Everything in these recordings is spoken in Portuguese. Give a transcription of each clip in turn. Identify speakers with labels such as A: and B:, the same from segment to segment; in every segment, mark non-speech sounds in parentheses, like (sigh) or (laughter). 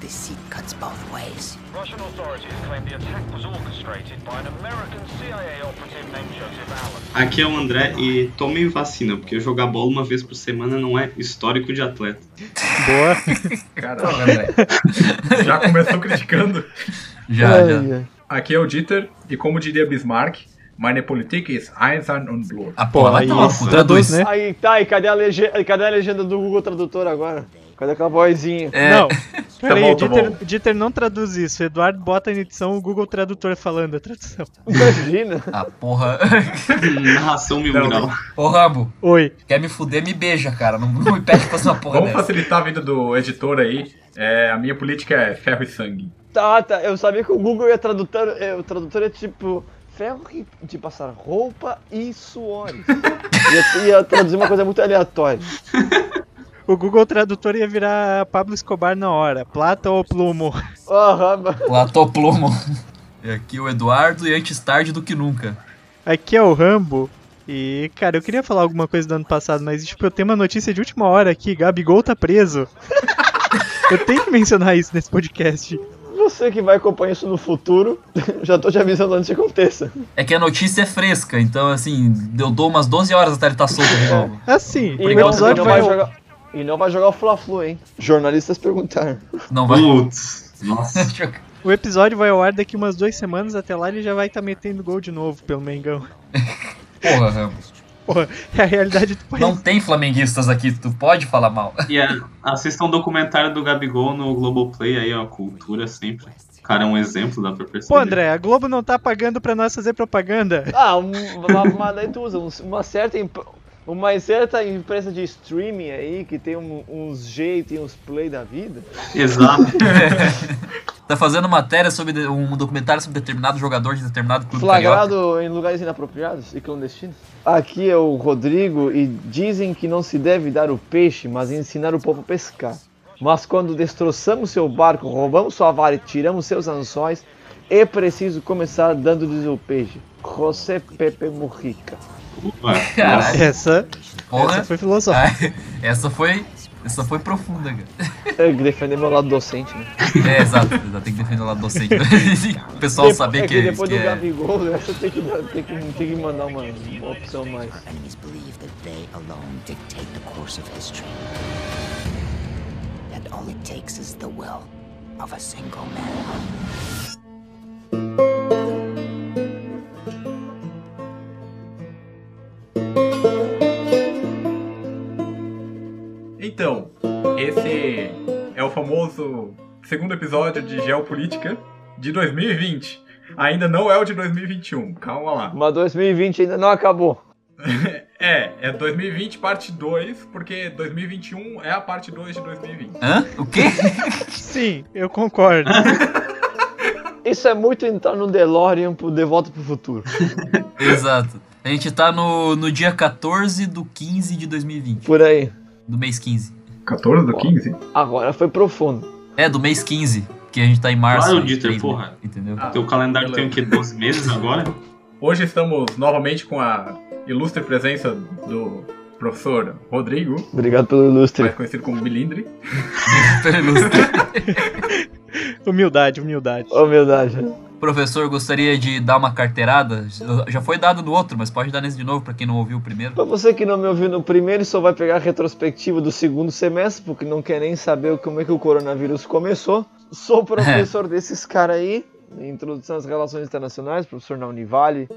A: This seat cuts both ways.
B: Russian authorities claim the attack was orchestrated by an American CIA operative named Joseph Allen.
C: Aqui é o André e tomem vacina, porque jogar bola uma vez por semana não é histórico de atleta.
D: Boa.
E: Caralho, André. Já começou criticando.
F: Já, já.
D: Ai, ai.
E: Aqui é o Dieter, e como diria Bismarck, meine Politik ist Einsam und Blut.
F: A porra, vai
C: aí,
F: tomar no
C: nossa.
F: cu, traduz.
D: Traduz, né?
G: Aí tá, e cadê a, lege... cadê a legenda do Google Tradutor agora? Cadê aquela vozinha?
F: É,
D: Não, peraí,
E: bom,
D: o
E: tá
D: Dieter,
E: bom.
D: Dieter não traduz isso. O Eduardo bota na edição o Google Tradutor falando a tradução.
G: (laughs) Imagina.
F: A porra. (laughs)
C: Hum. Narração mil
E: Não.
C: grau.
F: Ô, Rambo,
D: Oi.
F: quer me fuder, me beija, cara. Não, não me pede pra sua porra
E: Vamos
F: dessa.
E: facilitar a vida do editor aí. É, a minha política é ferro e sangue.
G: Tá, tá, eu sabia que o Google ia tradutor, é, o tradutor é tipo ferro que- de passar roupa e
D: (laughs)
G: suores. ia, ia traduzir uma coisa muito aleatória.
D: O Google Tradutor ia virar Pablo Escobar na hora. Plata ou plumo?
G: Aham, mas-
F: Platoplomo. (laughs) E aqui o Eduardo e antes tarde do que nunca.
D: Aqui é o Rambo. E, cara, eu queria falar alguma coisa do ano passado, mas, tipo, eu tenho uma notícia de última hora aqui: Gabigol tá preso. eu tenho que mencionar isso nesse podcast.
G: você que vai acompanhar isso no futuro, (laughs) já tô te avisando antes que aconteça.
F: É que a notícia é fresca, então assim, eu dou umas 12 horas até ele tá solto de novo.
G: E
D: Assim, o
G: não, e
D: episódio
G: não
D: vai.
G: vai jogar. E não vai jogar o Fla-Flu, hein? Jornalistas perguntaram.
F: Não (laughs) vai.
C: Putz, nossa.
D: O episódio vai ao ar daqui umas duas semanas, até lá ele já vai estar metendo gol de novo pelo Mengão.
F: Porra, Rambo.
D: Porra, é a realidade do país.
F: Não tem flamenguistas aqui, tu pode falar mal. (laughs)
C: E é, assistam o documentário do Gabigol no Globoplay aí, ó. Cultura sempre. Cara, é um exemplo, dá pra perceber.
D: Pô, André, a Globo não tá pagando pra nós fazer propaganda.
G: Ah, um, uma, uma- daí tu usa uns- uma certa. imp- Uma certa empresa de streaming aí, que tem um- uns G e tem uns play da vida.
D: (laughs)
C: Exato.
F: Tá fazendo matéria sobre de- um documentário sobre determinado jogador de determinado clube
G: Flagrado em lugares inapropriados e clandestinos. Aqui é o Rodrigo e dizem que não se deve dar o peixe, mas ensinar o povo a pescar. Mas quando destroçamos seu barco, roubamos sua vara e tiramos seus anzóis, é preciso começar dando-lhes o peixe. José Pepe Mujica.
C: Ué,
F: Caralho.
D: Essa,
F: carioca.
D: essa
F: Porra.
D: foi filosófica.
F: Ah, (laughs) Essa foi. Essa foi profunda, cara.
G: É, defender meu lado docente, né?
F: É, exato. exato, Tem que defender o lado docente. (laughs)
D: (laughs)
F: o pessoal
G: Depois-
F: saber
G: é
F: que,
G: que depois
F: que
G: do
F: é.
G: Gabigol, essa (laughs) tem que, dar- tem que, tem que mandar uma, uma opção mais.
A: Our enemies believe that they alone dictate the course of history. And all it takes is the will of a single man.
E: Então, esse é o famoso segundo episódio de Geopolítica de 2020. Ainda não é o de 2021, calma lá.
G: Mas 2020 ainda não acabou.
E: É, é 2020 parte 2, porque 2021 é a parte 2 de 2020.
F: Hã? O quê?
D: Sim, eu concordo.
G: Isso é muito entrar no DeLorean pro De Volta pro Futuro.
F: Exato. A gente tá no, no dia 14 do 15 de 2020.
G: Por aí.
F: Do mês 15.
E: 14 do 15?
G: Agora foi profundo.
F: É, do mês 15. Que a gente tá em março.
C: Claro,
F: em
C: Dieter,
F: três, né?
C: porra.
F: Entendeu? (laughs)
E: Ah,
C: Teu calendário tem o
E: beleza.
C: quê? 12 meses agora?
E: Hoje estamos novamente com a ilustre presença do professor Rodrigo,
G: Obrigado pelo ilustre.
E: mais conhecido como Bilindre.
F: Então,
D: Humildade, humildade.
G: Humildade. né?
F: Professor, gostaria de dar uma carteirada? Já foi dado no outro, mas pode dar nesse de novo pra quem não ouviu o primeiro.
G: Pra você que não me ouviu no primeiro, só vai pegar a retrospectiva do segundo semestre, porque não quer nem saber como é que o coronavírus começou. Sou professor desses caras aí, em introdução às relações internacionais, professor na Univale,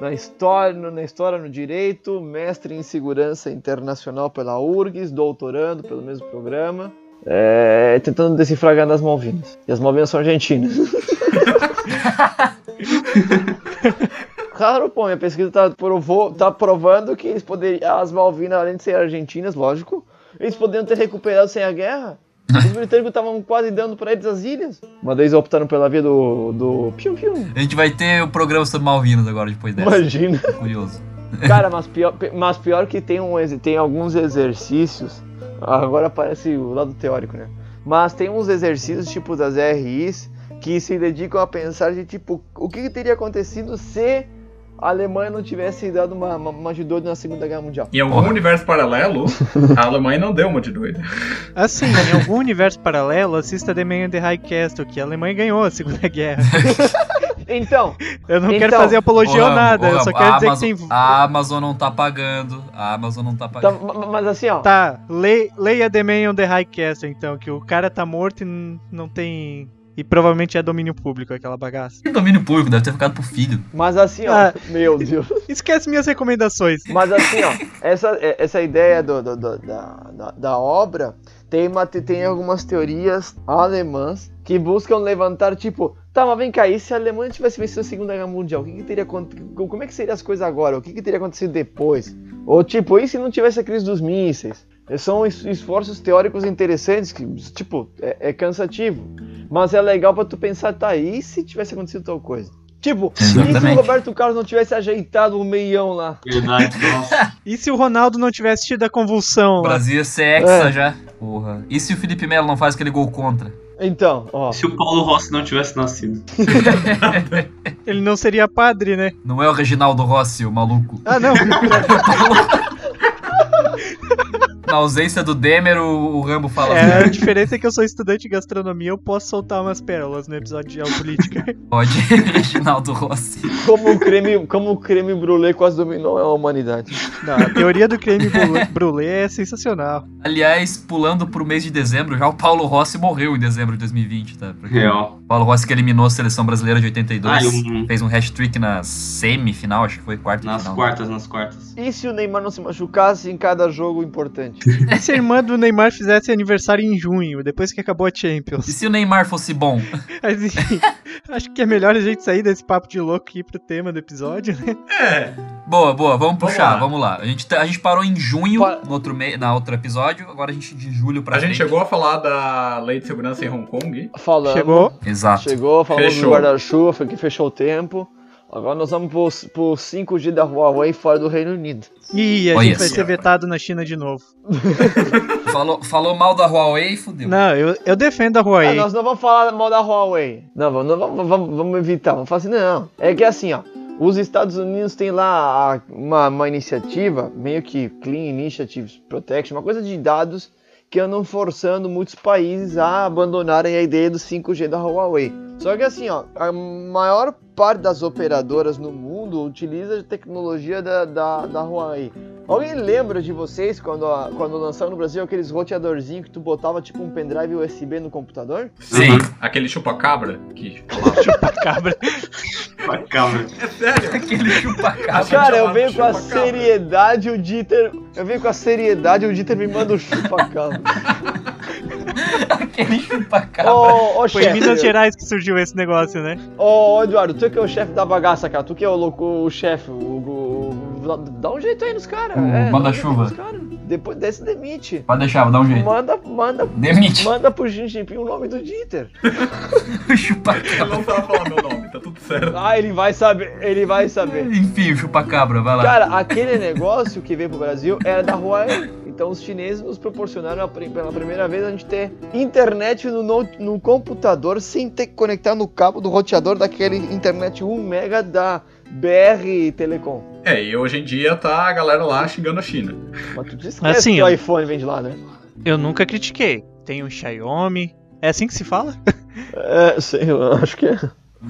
G: na história, no- na história no direito, mestre em segurança internacional pela URGS, doutorando pelo mesmo programa. É, tentando decifrar a guerra das Malvinas. E as Malvinas são argentinas. Claro, pô, minha pesquisa tá, provou, tá provando que eles poderiam, as Malvinas, além de serem argentinas, lógico, eles poderiam ter recuperado sem a guerra. Os britânicos estavam quase dando pra eles as ilhas. Mas daí eles optaram pela via do. do. Pium Pium.
F: A gente vai ter o programa sobre Malvinas agora, depois dessa.
G: Imagina.
F: Curioso.
G: Cara, mas pior, mas pior que tem, um, ex- tem alguns exercícios. Agora parece o lado teórico, né? Mas tem uns exercícios tipo das RIs que se dedicam a pensar de tipo o que, que teria acontecido se a Alemanha não tivesse dado uma, uma, uma de doido na Segunda Guerra Mundial.
E: Em algum
F: Porra.
E: universo paralelo, a Alemanha não deu uma de doida.
D: Assim, em algum universo paralelo, assista The Man in the High Castle, que a Alemanha ganhou a Segunda (laughs) Guerra.
G: Então,
D: Eu não quero
G: Então,
D: fazer apologia ou
F: Ô, Rambo,
D: é nada,
F: ô,
D: eu só
F: Rambo,
D: quero
F: a
D: dizer que
F: Amazon-
D: tem...
F: A Amazon não tá pagando. A Amazon não tá
G: tá,
F: pagando.
G: ma- mas assim, ó.
D: Tá, le- leia The Man on the High Castle, então, que o cara tá morto e n- não tem... E provavelmente é domínio público aquela bagaça.
F: Que domínio público, deve ter ficado pro filho.
G: Mas assim, ó.
D: Ah.
G: Meu Deus.
D: Esquece minhas recomendações.
G: Mas assim, ó, essa, é- essa ideia do, do- do- da, da, da obra tem, uma, te- tem algumas teorias alemãs que buscam levantar, tipo, tá, mas vem cá, e se a Alemanha tivesse vencido a Segunda Guerra Mundial, o que, que teria acontecido? Como é que seriam as coisas agora? O que, que teria acontecido depois? Ou tipo, e se não tivesse a crise dos mísseis? São es- esforços teóricos interessantes que, tipo, é, é cansativo. Mas é legal pra tu pensar, tá, e se tivesse acontecido tal coisa? Tipo, e se o
F: Exatamente.
G: Roberto Carlos não tivesse ajeitado o meião lá?
C: Verdade, nossa.
D: E se o Ronaldo não tivesse tido a
F: O
D: convulsão? lá?
F: Brasil ia ser hexa
G: É.
F: já. Porra. E se o Felipe Melo não faz aquele gol contra?
G: Então, ó.
C: Se o Paulo Rossi não tivesse nascido.
D: Ele não seria padre, né?
F: Não é o Reginaldo Rossi, o maluco. (laughs)
D: Ah, não.
F: Na ausência do Demer, o, o Rambo fala
D: É, a diferença é que eu sou estudante de gastronomia, eu posso soltar umas pérolas no episódio de geopolítica.
F: pode. (laughs) Reginaldo Rossi.
G: Como o creme, como o creme brulee quase dominou a humanidade.
D: Não, a teoria do creme brulê- brulê é sensacional.
F: Aliás, pulando pro mês de dezembro, já o Paulo Rossi morreu em dezembro de 2020, tá? Porque
C: Real.
F: o Paulo Rossi que eliminou a seleção brasileira de 82.
C: Ah, eu-
F: Fez um hat-trick na semifinal, acho que foi quarta
C: Nas
F: final.
C: quartas, nas quartas.
G: E se o Neymar não se machucasse em cada jogo importante?
D: E se a irmã do Neymar fizesse aniversário em junho, depois que acabou a
F: E (laughs)
D: Champions?
F: se o Neymar fosse bom?
D: Mas, enfim, acho que é melhor a gente sair desse papo de louco e ir pro tema do episódio, né?
E: É,
F: Boa, boa, vamos puxar,
E: lá.
F: vamos lá. A gente, tá- a gente parou em junho,
G: Pa-
F: no outro me... na outro episódio, agora a gente de julho pra
E: a gente
F: frente.
E: chegou a falar da lei de segurança em Hong Kong.
G: Falando.
D: Chegou?
F: Exato.
G: Chegou, falamos
E: Fechou.
G: do guarda-chuva, foi que fechou o tempo. Agora nós vamos pro, pro 5G da Huawei fora do Reino Unido.
D: Ih, a
F: Olha
D: gente vai
F: só,
D: ser
F: rapaz.
D: vetado na China de novo.
F: Falou, falou mal da Huawei, fudeu.
D: Não, eu, eu defendo a
G: Ah,
D: Huawei.
G: nós não vamos falar mal da Huawei. Não, vamos, não vamos, vamos, vamos evitar. Vamos falar assim, não. É que assim, ó. Os Estados Unidos têm lá a- uma, uma iniciativa, meio que Clean Initiatives Protection, uma coisa de dados que andam forçando muitos países a abandonarem a ideia do 5G da Huawei. Só que assim, ó, a maior parte das operadoras no mundo utiliza a tecnologia da, da, da Huawei. Alguém lembra de vocês quando, a- quando lançaram no Brasil aqueles roteadorzinhos que tu botava tipo um pendrive USB no computador?
F: Sim.
C: Uhum.
E: Aquele chupa-cabra que
D: (laughs) Cabra.
C: Vai, calma.
F: Aquele chupacabra.
G: Cara, eu
E: chamava
G: venho
E: de
G: com a
E: chupacabra.
G: seriedade, o Dieter. Eu venho com a seriedade, o Dieter me manda um o
D: (laughs)
G: chupa-cabra.
F: Aquele chupacabra.
G: Ô, ô,
D: Foi em Minas
G: chefe.
D: Gerais que surgiu esse negócio, né?
G: Ô, ô, Eduardo, tu que é o chefe da bagaça, cara. Tu que é o louco, o chefe. O, o- o- dá um jeito aí nos caras.
F: O
G: é, dá um
F: manda-chuva.
G: jeito aí nos cara. Depois desse, demite.
F: Pode deixar, vou dar um jeito.
G: Manda, manda.
F: Demite.
G: Manda pro Jim Jinping o nome do Dieter.
F: O
E: ele
F: chupacabra.
E: não sabe falar meu nome, tá tudo certo.
G: Ah, ele vai saber, ele vai saber.
F: Enfim, o chupacabra, vai lá.
G: Cara, aquele negócio que veio pro Brasil era da Huawei. Então os chineses nos proporcionaram a pri- pela primeira vez a gente ter internet no, note- no computador sem ter que conectar no cabo do roteador daquele internet 1 mega da BR Telecom.
E: É, e hoje em dia tá a galera lá xingando a China.
G: Mas tu esquece
D: Assim,
G: que o
D: ó.
G: iPhone vem de lá, né?
D: Eu nunca critiquei. Tem o Xiaomi. É assim que se fala?
G: É, sei, eu acho que é.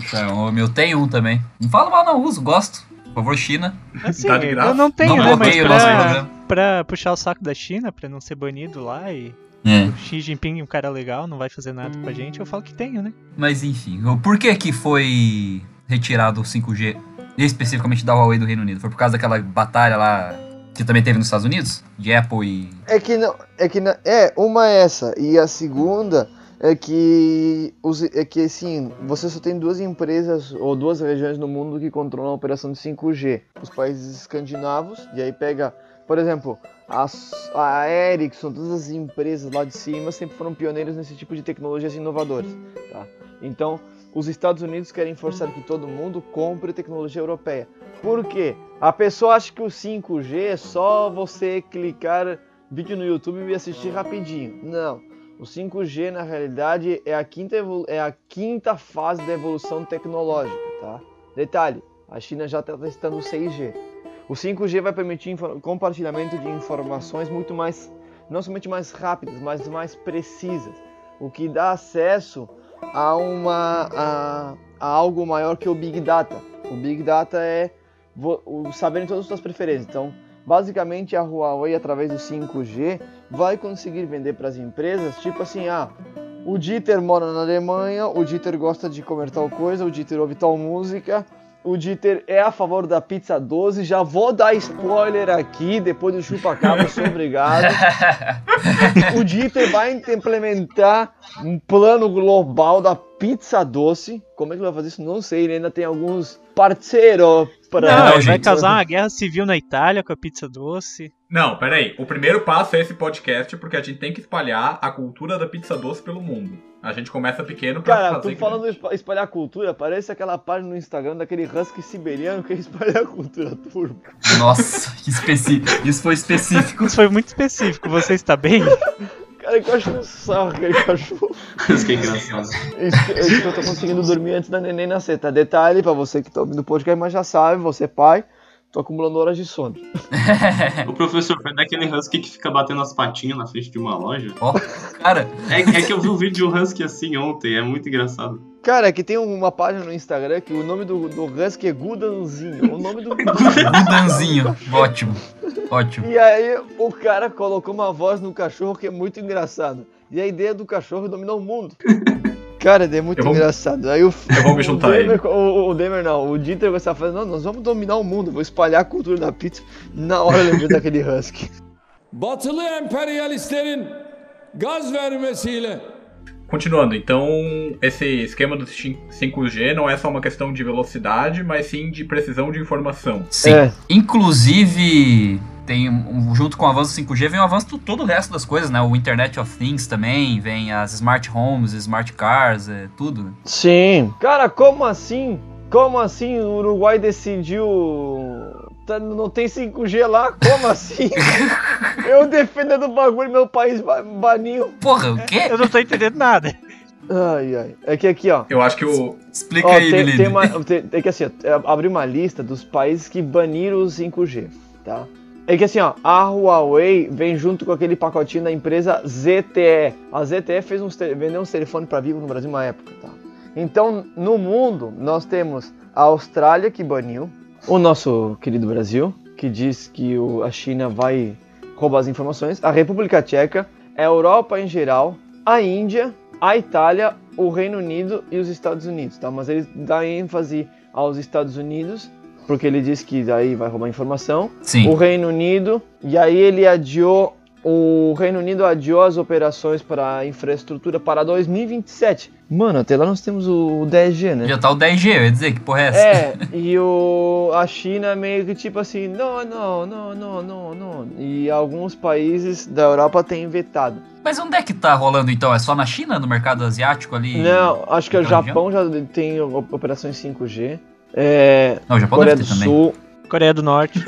F: Xiaomi, eu tenho um também. Não falo mal, não, uso, gosto. Por favor, China.
D: Assim,
E: Tá de graça.
D: eu não tenho,
F: não
D: né? Mas
F: bloqueio o nosso né?
D: pra,
F: programa.
D: pra puxar o saco da China, pra não ser banido lá e
F: É.
D: o Xi Jinping, um cara legal, não vai fazer nada com a gente, eu falo que tenho, né?
F: Mas enfim, o- por que que foi retirado o 5G, especificamente da Huawei do Reino Unido? Foi por causa daquela batalha lá que também teve nos Estados Unidos? De Apple e...
G: (laughs) É que não, é que não, é uma é essa e a segunda é que os, é que assim, você só tem duas empresas ou duas regiões no mundo que controlam a operação de 5G. Os países escandinavos, e aí pega, por exemplo, a, S- a Ericsson, todas as empresas lá de cima sempre foram pioneiros nesse tipo de tecnologias inovadoras, tá? Então, os Estados Unidos querem forçar que todo mundo compre tecnologia europeia. Por quê? A pessoa acha que o 5G é só você clicar vídeo no YouTube e assistir rapidinho. Não. O 5G, na realidade, é a quinta, evolu- é a quinta fase da evolução tecnológica, tá? Detalhe, A China já está testando o 6G. O 5G vai permitir infor- compartilhamento de informações muito mais, não somente mais rápidas, mas mais precisas, o que dá acesso a, uma, a, a algo maior que o Big Data. O Big Data é vo- o saber todas as suas preferências. Então, basicamente, a Huawei, através do 5G, vai conseguir vender para as empresas, tipo assim, ah, o Dieter mora na Alemanha, o Dieter gosta de comer tal coisa, o Dieter ouve tal música, o Dieter é a favor da pizza 12, já vou dar spoiler aqui, depois do chupa-cabra, sou obrigado.
D: (laughs)
G: O Dieter vai implementar um plano global da pizza doce. Como é que ele vai fazer isso? Não sei, ele ainda tem alguns parceiros
D: Não,
F: Não,
G: para...
D: ele vai
F: gente.
D: causar uma guerra civil na Itália com a pizza doce.
E: Não, peraí. O primeiro passo é esse podcast, porque a gente tem que espalhar a cultura da pizza doce pelo mundo. A gente começa pequeno (laughs) pra
G: Cara,
E: fazer
G: tu falando
E: grande.
G: em espalhar cultura, parece aquela página no Instagram daquele husky siberiano que (laughs) espalha a cultura turca.
F: Nossa, que específico. Isso foi específico.
D: Isso foi muito específico, você está bem?
G: Cara, que eu acho um sarro aquele
E: (laughs)
G: cachorro.
C: Isso que é engraçado.
G: É isso que- é isso que eu tô conseguindo dormir antes da neném nascer, tá? Detalhe pra você que tá ouvindo o podcast, mas já sabe, você é pai, tô acumulando horas de sono.
C: O professor Fred é aquele husky que fica batendo as patinhas na frente de uma loja.
F: Ó, cara,
C: É, é que eu vi um vídeo de um husky assim ontem, é muito engraçado.
G: Cara, que tem uma página no Instagram que o nome do, do Husky é Gudanzinho.
E: (laughs)
G: O nome do.
F: Gudanzinho. Ótimo. Ótimo.
G: E aí o cara colocou uma voz no cachorro que é muito engraçado. E a ideia do cachorro é dominar
E: (laughs)
G: o mundo. Cara, é muito
E: Eu vou-
G: engraçado. Aí o,
E: eu vou me juntar
G: o
E: a ele.
G: Demer, o, o Demer não, o Dieter vai estar falando, não, nós vamos dominar o mundo, vou espalhar a cultura da pizza. Na hora eu lembrei daquele
E: (laughs)
G: husky.
H: Batılı emperyalistlerin gaz vermesiyle
E: Continuando, então esse esquema do 5G não é só uma questão de velocidade, mas sim de precisão de informação.
F: Sim.
G: É.
F: Inclusive, tem um- junto com o avanço do 5G vem o avanço do todo o resto das coisas, né? O Internet of Things também, vem as smart homes, smart cars, é, tudo.
G: Sim. Cara, como assim? Como assim o Uruguai decidiu. tá- não tem 5G lá?
E: (laughs)
G: Como assim? eu defendendo o bagulho, meu país ba- baniu.
F: Porra, o quê?
D: (laughs) Eu não tô entendendo nada.
G: Ai, ai. É que aqui, ó.
E: Eu acho que o.
F: Explica
G: Ó,
F: aí,
G: tem,
F: Billy.
G: tem uma, tem, tem que assim, ó, é, abrir uma lista dos países que baniram o 5G, tá? É que assim, ó, a Huawei vem junto com aquele pacotinho da empresa ZTE. A ZTE fez uns te- vendeu uns telefones para Vivo no Brasil uma época, tá? Então, no mundo, nós temos a Austrália que baniu, o nosso querido Brasil, que diz que o- a China vai roubar as informações, a República Tcheca, a Europa em geral, a Índia, a Itália, o Reino Unido e os Estados Unidos, tá? Mas ele dá ênfase aos Estados Unidos, porque ele diz que daí vai roubar informação. O
F: Sim.
G: Reino Unido, e aí ele adiou, o Reino Unido adiou as operações para infraestrutura para 2027. Mano, até lá nós temos o 10G, né?
F: Já tá o 10G, eu ia dizer, que porra é essa?
G: É, e o, a China meio que tipo assim, não, não, não, não, não, não. E alguns países da Europa têm vetado.
F: Mas onde é que tá rolando então? É só na China, no mercado asiático ali?
G: Não, acho que é o
F: Então,
G: Japão já tem o- operações 5G. É,
F: Não, o Japão
G: Coreia do
F: deve ter também.
G: Sul.
D: Coreia
F: (laughs)
D: do Norte.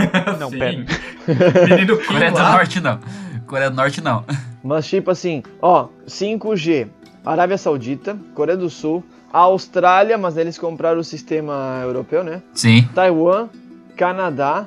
E: (laughs)
D: Não,
E: Sim.
D: pera.
E: Menino Kim
F: Coreia do
E: lá.
F: Norte não. Coreia do Norte não.
G: Mas tipo assim, ó, 5G, Arábia Saudita, Coreia do Sul, Austrália, mas eles compraram o sistema europeu, né?
F: Sim.
G: Taiwan, Canadá,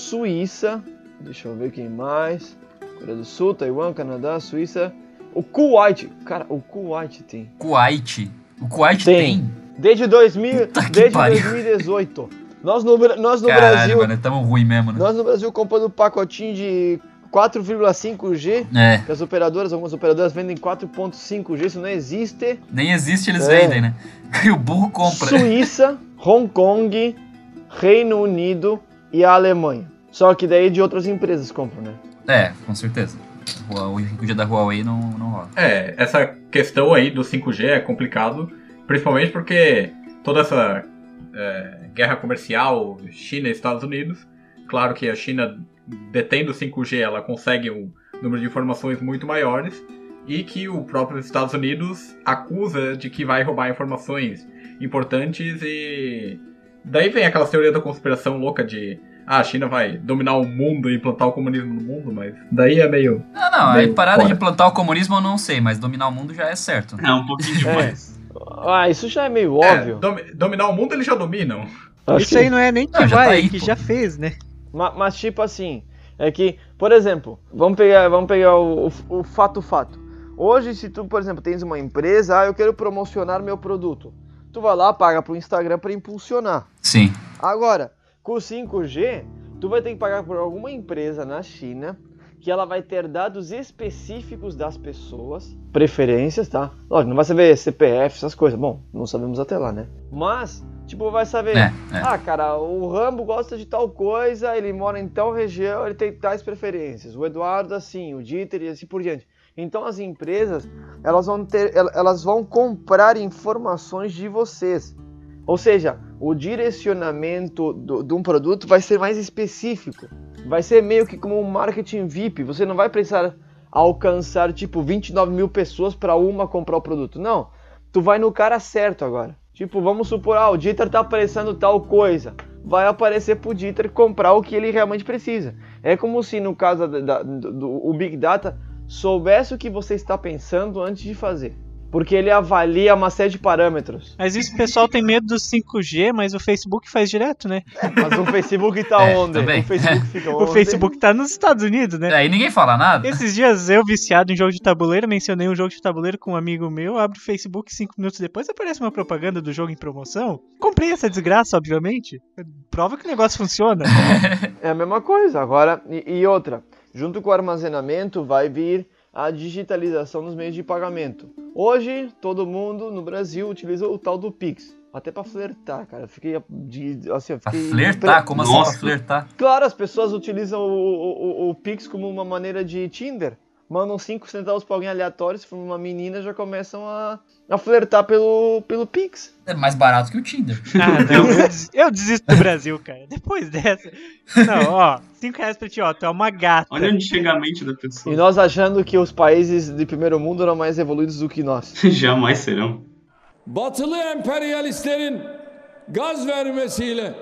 G: Suíça. Deixa eu ver quem mais. Coreia do Sul, Taiwan, Canadá, Suíça. O Kuwait. Cara, o Kuwait tem.
F: Kuwait. O Kuwait
G: Tem.
F: tem?
G: Desde 2000,
F: Puta que
G: desde
F: pariu.
G: 2018. Nós no, Bra- nós no
F: Caralho,
G: Brasil,
F: mano, tamo ruim mesmo, né?
G: nós no Brasil comprando um pacotinho de 4,5G,
F: É,
G: que as operadoras, algumas operadoras vendem 4,5G, isso não existe.
F: nem existe, eles
G: É.
F: vendem, né? (laughs) E o burro compra.
G: Suíça, Hong Kong, Reino Unido e a Alemanha. Só que daí de outras empresas compram, né?
F: É, com certeza. Hua- O rico dia da Huawei não, não rola.
E: É, essa questão aí do 5G é complicado, principalmente porque toda essa é, guerra comercial China e Estados Unidos, claro que a China detendo o 5G, ela consegue um número de informações muito maiores e que o próprio Estados Unidos acusa de que vai roubar informações importantes e daí vem aquela teoria da conspiração louca de ah, a China vai dominar o mundo e implantar o comunismo no mundo, mas daí é meio
F: Não, não,
E: Bem,
F: aí parada
E: fora.
F: de plantar o comunismo eu não sei, mas dominar o mundo já é certo.
C: É um pouquinho demais.
G: Ah, isso já é meio
E: É,
G: óbvio.
E: domi- dominar o mundo eles já dominam.
G: Acho
D: Isso aí não é nem que
F: Não, já
D: vai,
F: tá
D: é
F: aí,
D: que
F: pô.
D: já fez, né?
G: Ma- Mas, tipo assim, é que, por exemplo, vamos pegar, vamos pegar o, o- o fato fato. Hoje, se tu, por exemplo, tens uma empresa, ah, eu quero promocionar meu produto. Tu vai lá, paga pro Instagram para impulsionar.
F: Sim.
G: Agora, com o 5G, tu vai ter que pagar por alguma empresa na China que ela vai ter dados específicos das pessoas, preferências, tá? Lógico, não vai saber CPF, essas coisas. Bom, não sabemos até lá, né? Mas, tipo, vai saber.
F: É, é.
G: Ah, cara, o Rambo gosta de tal coisa, ele mora em tal região, ele tem tais preferências. O Eduardo, assim, o Dieter e assim por diante. Então as empresas, elas vão ter, el- elas vão comprar informações de vocês. Ou seja, o direcionamento do- de um produto vai ser mais específico. Vai ser meio que como um marketing VIP. Você não vai precisar alcançar tipo 29 mil pessoas para uma comprar o produto. Não, tu vai no cara certo agora. Tipo, vamos supor, ah, o Dieter tá aparecendo tal coisa. Vai aparecer pro Dieter comprar o que ele realmente precisa. É como se no caso da, da- do, do- o Big Data soubesse o que você está pensando antes de fazer. Porque ele avalia uma série de parâmetros.
D: Mas isso o pessoal tem medo do 5G, mas o Facebook faz direto, né?
G: Mas
F: (laughs)
G: o Facebook tá
F: É,
G: onde?
F: também. (laughs)
G: O Facebook fica
D: O
G: onde?
D: Facebook tá nos Estados Unidos, né?
F: Aí É, ninguém fala nada.
D: Esses dias eu, viciado em jogo de tabuleiro, mencionei um jogo de tabuleiro com um amigo meu, abro o Facebook cinco minutos depois aparece uma propaganda do jogo em promoção. Comprei essa desgraça, obviamente. Prova que o negócio funciona.
G: É a mesma coisa. Agora, e, e outra, junto com o armazenamento vai vir a digitalização dos meios de pagamento. Hoje, todo mundo no Brasil utiliza o tal do Pix. Até pra flertar, cara. Eu fiquei de- assim, eu
F: Pra
G: fiquei
F: flertar? Como assim
C: Nossa.
F: pra flertar?
G: Claro, as pessoas utilizam o, o- o- o Pix como uma maneira de Tinder. Mandam 5 centavos pra alguém aleatório, se for uma menina, já começam a, a flertar pelo, pelo Pix.
F: É mais barato que o Tinder.
D: (laughs) Ah, não, eu, des- eu desisto do Brasil, cara. Depois dessa. Não, ó, 5 reais pra ti, ó, tu é uma gata.
C: Olha onde chega a mente da
G: E
C: pessoa.
G: nós achando que os países de primeiro mundo eram mais evoluídos do que nós.
C: (laughs) Jamais serão.
H: Batılı emperyalistlerin gaz vermesiyle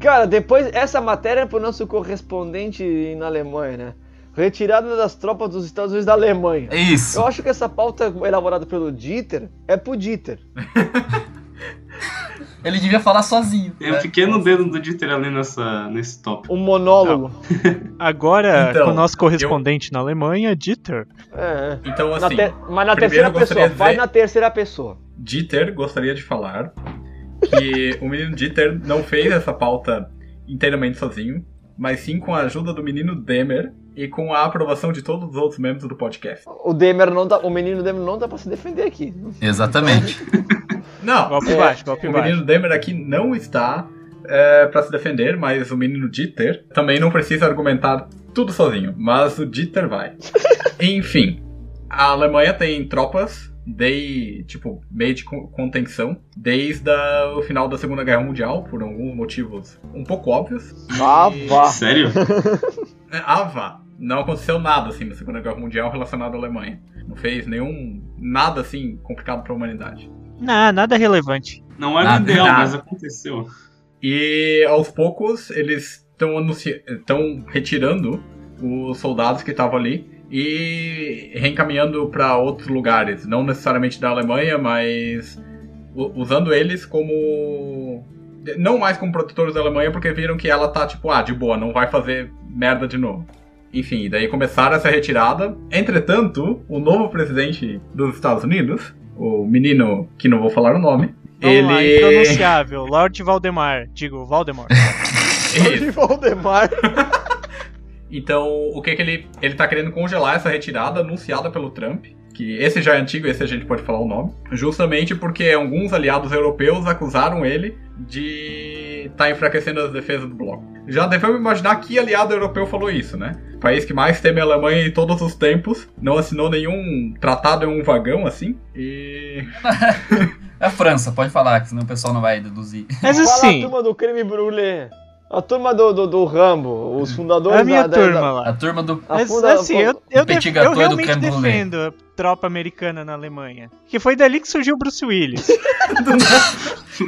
G: Cara, depois essa matéria é pro nosso correspondente na Alemanha, né? Retirada das tropas dos Estados Unidos da Alemanha.
F: É isso.
G: Eu acho que essa pauta elaborada pelo Dieter é pro Dieter.
F: Ele devia falar sozinho.
C: Tem um
F: né?
C: pequeno dedo do Dieter ali nessa, nesse top.
G: Um monólogo.
D: Agora,
E: Então,
D: com o nosso correspondente na Alemanha, Dieter.
G: É. é.
E: Então,
G: Na
E: assim,
G: ter- Mas na
E: primeiro
G: terceira
E: eu gostaria
G: pessoa.
E: de
G: Vai
E: ver-
G: na terceira pessoa.
E: Dieter gostaria de falar que o menino Dieter não fez essa pauta inteiramente sozinho, mas sim com a ajuda do menino Demer e com a aprovação de todos os outros membros do podcast.
G: O Demer não tá. O menino Demer não dá pra se defender aqui.
F: Exatamente.
E: Não,
D: Golpe baixo, golpe
E: o
D: baixo.
E: É, menino Demer aqui não está é, para se defender, mas o menino Dieter também não precisa argumentar tudo sozinho, mas o Dieter vai. Enfim, a Alemanha tem tropas de, tipo, meio de con- contenção desde a- o final da Segunda Guerra Mundial, por alguns motivos um pouco óbvios.
G: Vá, vá.
C: Sério?
E: É, Ah, vá. Não aconteceu nada assim na Segunda Guerra Mundial relacionado à Alemanha. Não fez nenhum nada assim complicado para a humanidade.
D: Não, nada relevante.
C: Não era
F: Nada,
C: o ideal,
E: nada.
C: mas aconteceu. (laughs)
E: E aos poucos eles estão retirando os soldados que estavam ali e reencaminhando para outros lugares, não necessariamente da Alemanha, mas u- usando eles como não mais como protetores da Alemanha porque viram que ela tá tipo, ah, de boa, não vai fazer merda de novo. Enfim, daí começaram essa retirada. Entretanto, o novo presidente dos Estados Unidos, o menino que não vou falar o nome,
D: Vamos lá,
E: ele
D: impronunciável. Lord Valdemar. Digo,
E: (laughs)
D: Valdemar.
G: De Valdemar.
E: Então, o que que ele... Ele tá querendo congelar essa retirada anunciada pelo Trump, que esse já é antigo, esse a gente pode falar o nome, justamente porque alguns aliados europeus acusaram ele de estar enfraquecendo as defesas do bloco. Já devemos imaginar que aliado europeu falou isso, né? O país que mais teme a Alemanha em todos os tempos, não assinou nenhum tratado em um vagão, assim, e...
F: É a França, pode falar, que senão o pessoal não vai deduzir.
D: Mas
G: Vai lá, a
D: assim,
G: turma do creme brulé. A turma do, do, do Rambo. Os fundadores
D: a minha
G: da, da-
D: turma
G: da-
D: lá.
F: A turma do. (laughs)
G: a
D: Mas,
G: funda-
D: assim, eu, eu,
F: Petit
D: def-
F: Gâteau e
D: eu
F: do
D: realmente
F: creme brûlée.
D: defendo a tropa americana na Alemanha. Que foi dali que surgiu o Bruce Willis.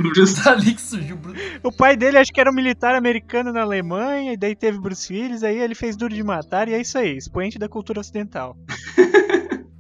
C: Bruce
F: tá Ali que surgiu o Bruno.
D: o pai dele acho que era um militar americano na Alemanha, e daí teve Bruce Willis, aí ele fez Duro de Matar, e é isso aí, expoente da cultura ocidental.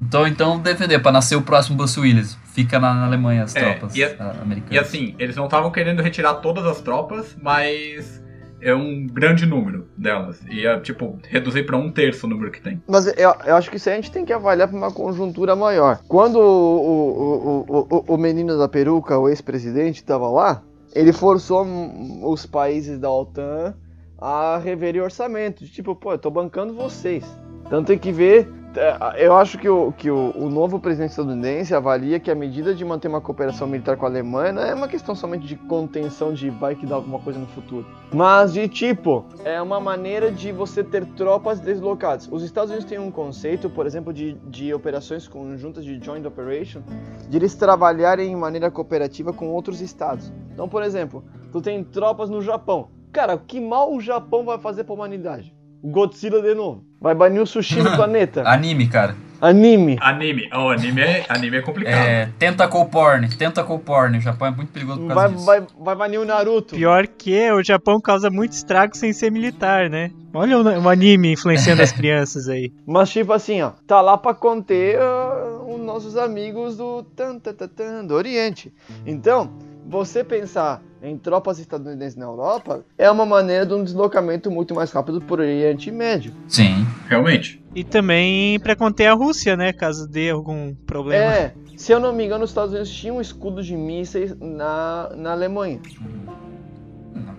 F: Então, então defender, pra nascer o próximo Bruce Willis. Fica na, na Alemanha as
E: É,
F: tropas
E: e a-
F: ah, americanas.
E: E assim, eles não estavam querendo retirar todas as tropas, mas é um grande número delas. Ia, tipo, reduzir pra um terço o número que tem.
G: Mas eu, eu acho que isso aí a gente tem que avaliar para uma conjuntura maior. Quando o, o, o, o- o, o menino da peruca, o ex-presidente, estava lá, ele forçou hum, os países da OTAN a reverem o orçamento. de Tipo, pô, eu tô bancando vocês. Então tem que ver. é, Eu acho que, o, que o, o novo presidente estadunidense avalia que a medida de manter uma cooperação militar com a Alemanha não é uma questão somente de contenção de vai que dá alguma coisa no futuro. Mas de tipo, é uma maneira de você ter tropas deslocadas. Os Estados Unidos têm um conceito, por exemplo, de, de operações conjuntas, de joint operation, de eles trabalharem em maneira cooperativa com outros estados. Então, por exemplo, tu tem tropas no Japão. Cara, que mal o Japão vai fazer pra humanidade? Godzilla de novo. Vai banir o sushi do planeta.
F: Anime, cara.
G: Anime.
F: Ah,
E: Anime. Oh, anime é, anime é complicado.
F: É, tentacle porn, tentacle porn. O Japão é muito perigoso por causa
G: Vai,
F: disso.
G: vai, vai banir o Naruto.
D: Pior que o Japão causa muito estrago sem ser militar, né? Olha o o anime influenciando
F: (laughs)
D: as crianças aí.
G: Mas tipo assim, ó, tá lá pra conter ah, os nossos amigos do tan, tan, tan, tan, do Oriente. Então, você pensar em tropas estadunidenses na Europa é uma maneira de um deslocamento muito mais rápido pro Oriente Médio.
F: Sim.
E: Realmente.
D: E também pra conter a Rússia, né? Caso dê algum problema.
G: É, se eu não me engano, os Estados Unidos tinham um escudo de mísseis na, na Alemanha.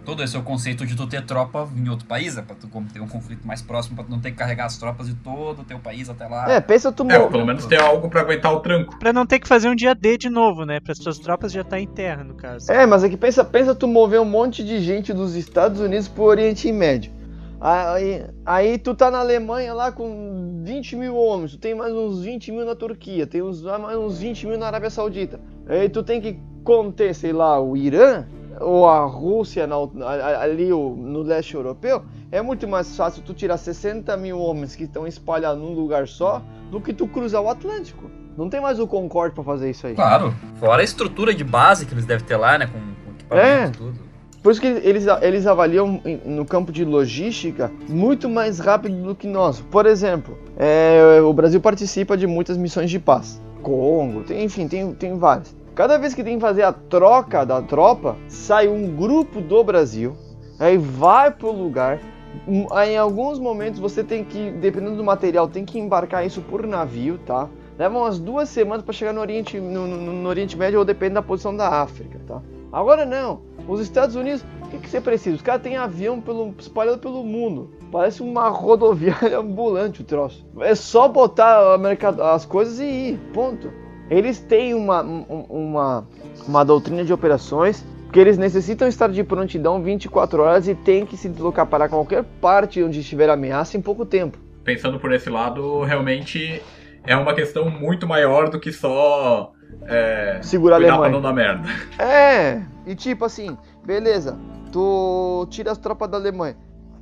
F: Todo esse é o conceito de tu ter tropa em outro país, é pra tu como ter um conflito mais próximo, pra tu não ter que carregar as tropas de todo o teu país até lá.
G: É, pensa tu
E: É,
G: mo-
E: pelo menos tem algo pra aguentar o tranco.
D: Pra não ter que fazer um dia D de novo, né? Para suas tropas já tá em terra, no caso.
G: É, mas é que pensa, pensa tu mover um monte de gente dos Estados Unidos pro Oriente Médio. Aí, aí tu tá na Alemanha lá com 20 mil homens, tu tem mais uns 20 mil na Turquia, tem uns, ah, mais uns 20 mil na Arábia Saudita. Aí tu tem que conter, sei lá, o Irã ou a Rússia na o- a- a- ali o- no leste europeu. É muito mais fácil tu tirar 60 mil homens que estão espalhados num lugar só do que tu cruzar o Atlântico. Não tem mais o Concorde pra fazer isso aí.
F: Claro. Fora a estrutura de base que eles devem ter lá, né? Com, com equipamento e
G: É.
F: tudo.
G: Por isso que eles, eles avaliam em- no campo de logística muito mais rápido do que nós. Por exemplo, é, o Brasil participa de muitas missões de paz. Congo, tem- enfim, tem, tem várias. Cada vez que tem que fazer a troca da tropa, sai um grupo do Brasil, aí vai pro lugar. Hum, aí Em alguns momentos você tem que, dependendo do material, tem que embarcar isso por navio, tá? Leva umas duas semanas para chegar no Oriente, no- no- no Oriente Médio ou depende da posição da África, tá? Agora não. Os Estados Unidos, o que, que você precisa? Os caras têm avião pelo- espalhado pelo mundo. Parece uma rodoviária (laughs) ambulante o troço. É só botar a mercado- as coisas e ir. Ponto. Eles têm uma, um- uma, uma doutrina de operações que eles necessitam estar de prontidão 24 horas e têm que se deslocar para qualquer parte onde estiver ameaça em pouco tempo.
E: Pensando por esse lado, realmente é uma questão muito maior do que só é,
G: Segurar a
E: cuidar pra
G: Alemanha.
E: não dar merda.
G: É, e tipo assim, beleza, tu tira as tropas da Alemanha.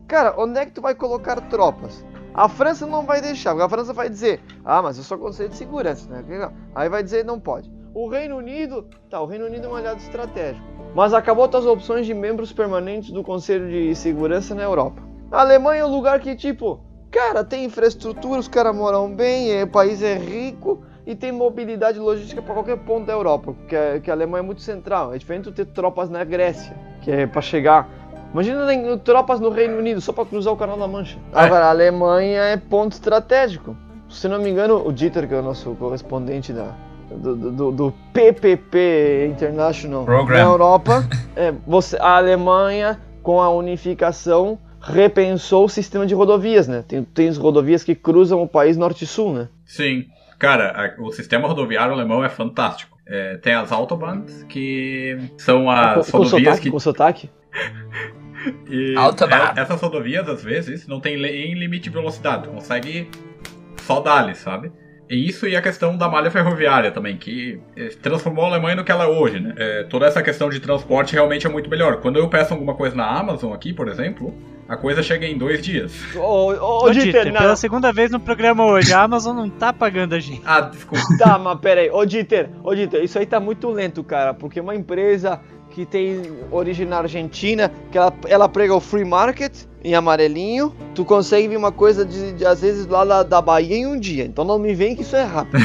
G: Cara, onde é que tu vai colocar tropas? A França não vai deixar, porque a França vai dizer, ah, mas eu só conselho de segurança, né? Que legal. Aí vai dizer, não pode. O Reino Unido, tá, o Reino Unido é um aliado estratégico, mas acabou tuas opções de membros permanentes do Conselho de Segurança na Europa. A Alemanha é um lugar que, tipo, cara, tem infraestrutura, os caras moram bem, é- o país é rico, e tem mobilidade logística para qualquer ponto da Europa, porque a, que a Alemanha é muito central. É diferente de ter tropas na Grécia, que é para chegar. Imagina nem- tropas no Reino Unido só para cruzar o Canal da Mancha. Agora, a Alemanha é ponto estratégico. Se não me engano, o Dieter, que é o nosso correspondente da, do, do- do- do PPP International
F: Program.
G: na Europa, é, você, a Alemanha, com a unificação, repensou o sistema de rodovias, né? Tem, tem as rodovias que cruzam o país norte-sul, né?
E: Sim. Cara, a- o sistema rodoviário alemão é fantástico. É, tem as Autobahns, que são as
G: com, com
E: rodovias
G: sotaque,
E: que
G: com sotaque.
E: E
F: Autobahn.
E: é- essas rodovias, às vezes, não tem lei- limite de velocidade, tu consegue só dar-lhe, sabe? E isso e a questão da malha ferroviária também, que eh, transformou a Alemanha no que ela é hoje, né? Eh, toda essa questão de transporte realmente é muito melhor. Quando eu peço alguma coisa na Amazon aqui, por exemplo, a coisa chega em dois dias.
G: Ô, ô, ô,
D: Ô, Dieter,
G: Dieter,
D: pela
G: (laughs) não.
D: segunda vez no programa hoje, a Amazon não tá pagando a gente.
E: (laughs) Ah, desculpa.
G: Tá, mas pera aí. Ô, Dieter, ô, Dieter, isso aí tá muito lento, cara, porque uma empresa que tem origem na Argentina, que ela, ela prega o free market em amarelinho. Tu consegue ver uma coisa, de, de, às vezes, lá da, da Bahia em um dia. Então não me vem que isso é (laughs) rápido.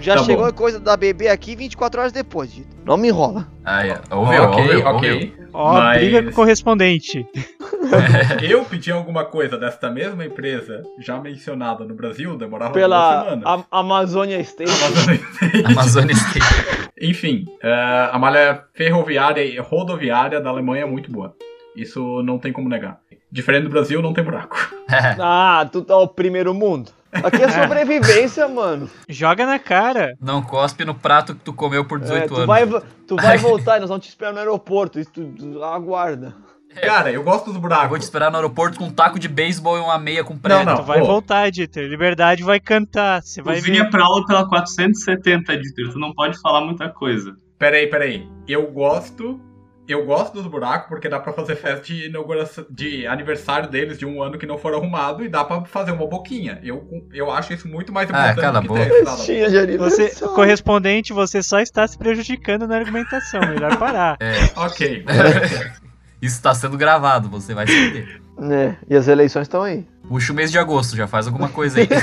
G: Já
E: Tá
G: chegou
E: bom.
G: a coisa da BB aqui 24 horas depois, Dito. Não me enrola.
F: Ah, é. Ouve, ouve,
E: ok,
F: ouve.
E: ok.
D: Ó,
E: Mas-
D: briga com o correspondente.
E: (laughs) Eu pedi alguma coisa desta mesma empresa, já mencionada no Brasil,
G: Tá
E: demorava uma
G: Pela
E: semana.
G: Am- Amazônia State.
F: (laughs) Amazônia State. (laughs)
E: Enfim, eh, a malha ferroviária e rodoviária da Alemanha é muito boa. Isso não tem como negar. Diferente do Brasil, não tem buraco.
G: Ah, tu tá o primeiro mundo. Aqui (laughs) é sobrevivência, mano.
D: Joga na cara.
F: Não cospe no prato que tu comeu por 18
G: É, tu,
F: anos.
G: vai, vo- tu vai voltar, nós vamos te esperar no aeroporto. Isso tu, tu aguarda.
E: Cara, eu gosto dos
F: É. Eu vou te
E: buracos.
F: esperar no aeroporto com um taco de beisebol e uma meia com prego.
E: Não,
D: Tu vai
E: pô.
D: voltar, Dieter. Liberdade vai cantar. Você vai
C: Tu
D: ver.
C: vinha pra aula pela 470, Dieter. Tu não pode falar muita coisa.
E: Peraí, peraí. Eu gosto. Eu gosto dos buracos porque dá pra fazer festa de inauguração de aniversário deles de um ano que não for arrumado e dá pra fazer uma boquinha. Eu, eu acho isso muito mais
F: Ah,
E: importante
F: cala
E: do
F: a
E: que
F: boca.
E: ter essa-
G: Tinha de
D: Você,
G: aniversário.
D: correspondente, você só está se prejudicando na argumentação. Melhor parar.
E: Ok.
F: Isso tá sendo gravado, você vai se entender.
G: É, e as eleições estão aí.
F: Puxa o mês de agosto, já faz alguma coisa aí. (laughs)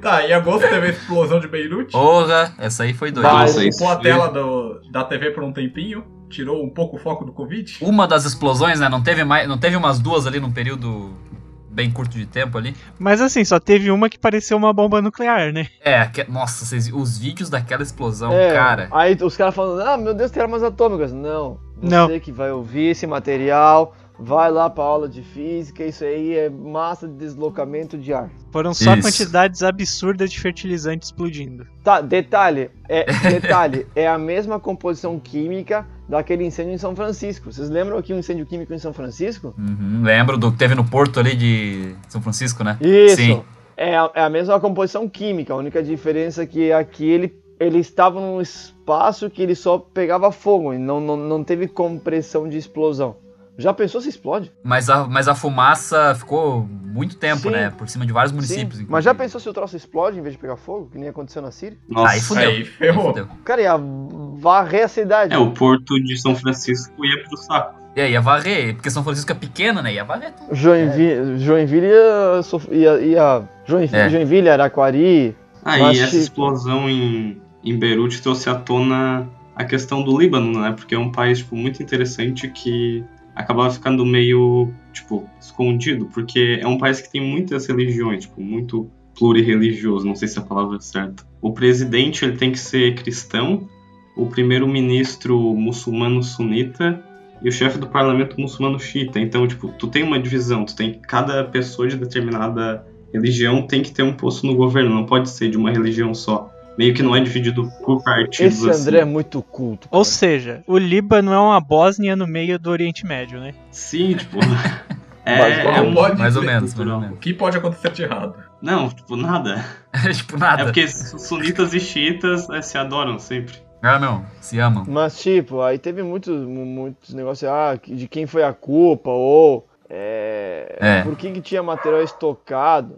E: tá, em agosto teve a explosão de Beirute.
F: Porra, essa aí foi doida.
G: Vai.
C: Nossa, isso
E: Ocupou a
C: foi-
E: tela do- da TV por um tempinho, tirou um pouco o foco do Covid.
F: Uma das explosões, né? Não teve, mais, não teve umas duas ali num período bem curto de tempo ali.
D: Mas assim, só teve uma que pareceu uma bomba nuclear, né?
F: É, aque- nossa, vocês- os vídeos daquela explosão,
G: É,
F: cara.
G: Aí os caras falando, ah, meu Deus, tem armas atômicas. Não. Você
D: Não.
G: que vai ouvir esse material, vai lá pra aula de física, isso aí é massa de deslocamento de ar.
D: Foram só
F: Isso.
D: quantidades absurdas de fertilizante explodindo.
G: Tá, detalhe, é, detalhe, é a mesma composição química daquele incêndio em São Francisco. Vocês lembram aqui um incêndio químico em São Francisco?
F: Uhum, lembro do que teve no porto ali de São Francisco, né?
G: Isso.
F: Sim.
G: É, a, é a mesma composição química, a única diferença é que aqui ele, ele estava num espaço que ele só pegava fogo e não, não, não teve compressão de explosão. Já pensou se explode?
F: Mas a, mas a fumaça ficou muito tempo,
G: Sim.
F: né? Por cima de vários municípios.
G: Mas já
F: inclusive.
G: pensou se o troço explode em vez de pegar fogo, que nem aconteceu na Síria?
C: Nossa.
F: Aí fudeu.
E: Aí ferrou.
F: Aí fudeu.
G: Cara, ia varrer a cidade.
C: É, o porto de São Francisco ia pro saco.
F: E aí ia varrer, porque São Francisco é pequena, né? Ia varrer tudo.
G: Joinville, Joinville ia, sof- ia, ia- Joinville,
F: É.
G: Joinville, Araquari.
C: Aí
G: Mas
C: essa
G: se-
C: explosão em, em Beirute trouxe à tona a questão do Líbano, né? Porque é um país, tipo, muito interessante que acabava ficando meio, tipo, escondido, porque é um país que tem muitas religiões, tipo, muito plurirreligioso, não sei se a palavra é certa. O presidente, ele tem que ser cristão, o primeiro-ministro muçulmano sunita e o chefe do parlamento muçulmano xiita. Então, tipo, tu tem uma divisão, tu tem cada pessoa de determinada religião tem que ter um posto no governo, não pode ser de uma religião só. Meio que não é dividido por partidos
G: Esse André é
C: assim.
G: muito culto.
D: Ou
G: cara.
D: seja, o Líbano é uma Bósnia no meio do Oriente Médio, né?
C: Sim, tipo. (laughs)
G: Mas
C: é,
E: Não
C: é um...
E: pode
F: Mais ou
E: dizer
F: menos, mais
C: cultural.
F: ou
E: O
F: menos.
E: que pode acontecer de errado?
C: Não, tipo, nada.
F: (laughs) tipo, nada.
C: É porque su- sunitas e xiitas eh, se adoram sempre.
F: Ah, não. Se amam.
G: Mas, tipo, aí teve muitos, mu- muitos negócios ah, que- de quem foi a culpa, ou é,
F: É.
G: por que, que tinha material estocado.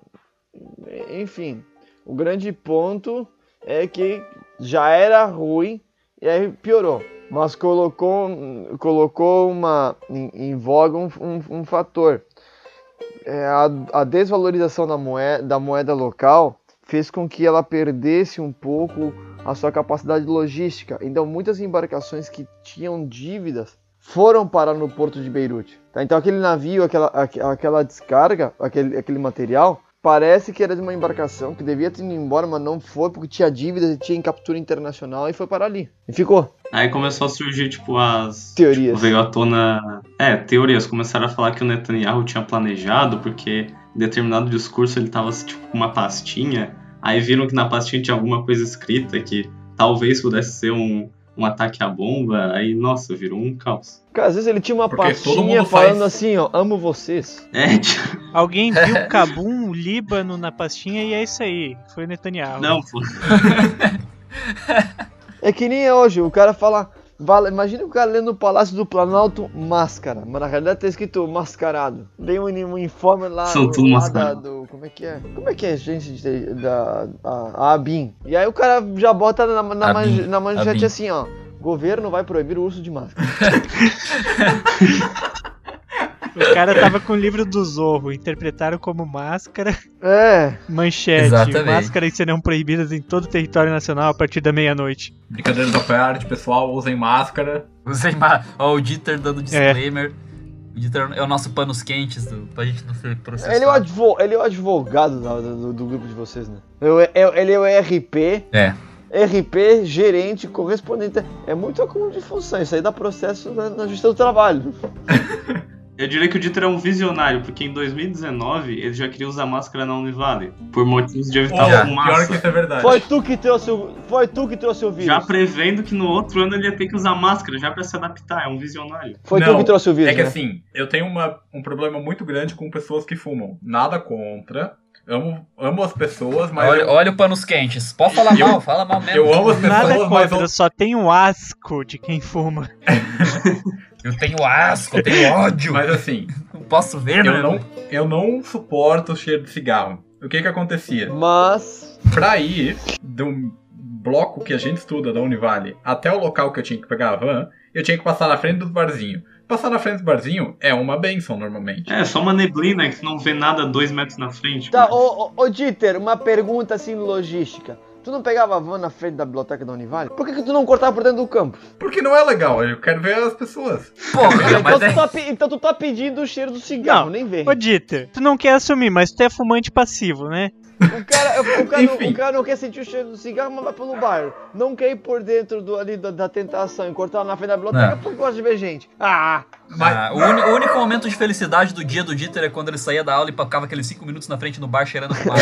G: Enfim, o grande ponto é que já era ruim e aí piorou. Mas colocou, colocou uma, em, em voga um, um- um fator. É, a, a desvalorização da moeda, da moeda local fez com que ela perdesse um pouco a sua capacidade logística. Então, muitas embarcações que tinham dívidas foram parar no porto de Beirute. tá? Então, aquele navio, aquela, aque- aquela descarga, aquele, aquele material, parece que era de uma embarcação que devia ter ido embora, mas não foi porque tinha dívidas e tinha em captura internacional e foi parar ali. E ficou.
C: Aí começou a surgir, tipo, as.
G: Teorias.
C: Tipo, veio à tona. É, teorias. Começaram a falar que o Netanyahu tinha planejado, porque em determinado discurso ele tava, tipo, com uma pastinha. Aí viram que na pastinha tinha alguma coisa escrita que talvez pudesse ser um, um ataque à bomba. Aí, nossa, virou um caos.
G: Cara, às vezes ele tinha uma
E: Porque todo
G: pastinha
E: mundo
G: falando
E: faz.
G: assim, ó, amo vocês.
C: É, (laughs) tipo,
D: Alguém viu
E: (laughs)
D: o Cabum, o Líbano na pastinha e é isso aí. Foi o Netanyahu.
C: não, pô.
G: É que nem hoje, o cara fala... "Vale- Imagina o cara lendo o Palácio do Planalto máscara, mas na realidade tá escrito mascarado. Tem um, um informe lá,
C: São
G: do-
C: tudo
G: lá da,
C: mascarado.
G: do. Como é que é? Como é que é a gente de- da. A, a ABIN? E aí o cara já bota na, na,
F: ABIN,
G: manj- na manchete
F: ABIN.
G: assim, ó. Governo vai proibir o uso de máscara.
D: O cara tava com o livro do Zorro, interpretaram como máscara, (laughs)
G: É,
D: manchete.
F: Exatamente.
D: Máscaras serão proibidas em todo o território nacional a partir da meia-noite.
E: Brincadeiras à parte, pessoal, usem máscara.
F: Usei ma- Ó, o Dieter
G: É.
F: dando disclaimer. O Dieter é o nosso panos quentes do, pra gente não ser processado.
G: ele é o, advo- ele é o advogado da- do, do grupo de vocês, né? Eu- eu- Ele é o RP,
F: É.
G: RP, gerente, correspondente. É muito acúmulo de função, isso aí dá processo na, na justiça do trabalho.
C: Eu diria que o Dieter é um visionário, porque em 2019 ele já queria usar máscara na Univale, por motivos de evitar
E: Olha, pior que
C: fumaça.
E: isso é verdade.
G: Foi tu que trouxe o, foi tu que trouxe o vírus.
C: Já prevendo que no outro ano ele ia ter que usar máscara, já pra se adaptar, é um visionário.
G: Foi
E: Não,
G: tu que trouxe o vírus,
E: É que
G: né?
E: assim, eu tenho uma- um problema muito grande com pessoas que fumam. Nada contra. Amo, amo as pessoas, mas
F: Olha,
E: eu,
F: olha o panos quentes. Pode falar
E: Eu-
F: mal, fala mal mesmo.
E: eu amo as
D: Nada
E: pessoas, mas eu,
D: contra, só tem um asco de quem fuma.
F: Eu tenho asco, eu tenho ódio.
E: mas assim,
F: Não posso ver, né?
E: eu não, eu não suporto o cheiro de cigarro. O que que acontecia?
G: Mas
E: Pra ir do bloco que a gente estuda da Univale até o local que eu tinha que pegar a van, eu tinha que passar na frente dos barzinhos. Passar na frente dos barzinhos é uma benção normalmente.
C: É, só uma neblina que tu não vê nada dois metros na frente.
G: tá,
C: mas-
G: ô, ô, ô Dieter, uma pergunta assim logística. Tu não pegava a van na frente da biblioteca da Univale? Por que, que tu não cortava por dentro do campo?
E: Porque não é legal, eu quero ver as pessoas.
F: Pô, cara,
G: então,
F: mas
G: tu
F: é...
G: tá, pe- então tu tá pedindo o cheiro do cigarro,
D: Não,
G: nem vem.
D: Ô, Dieter, tu não quer assumir, mas tu é fumante passivo, né?
G: O cara, o, cara não-
E: Enfim.
G: o cara não quer sentir o cheiro do cigarro, mas vai pelo bar. Não quer ir por dentro do, ali da, da tentação e cortar na frente da biblioteca
F: Não.
G: porque gosta de ver gente. Ah,
E: Mas-
F: Ah, o, uni- o único momento de felicidade do dia do Dieter é quando ele saía da aula e tocava aqueles 5 minutos na frente no bar cheirando fumar.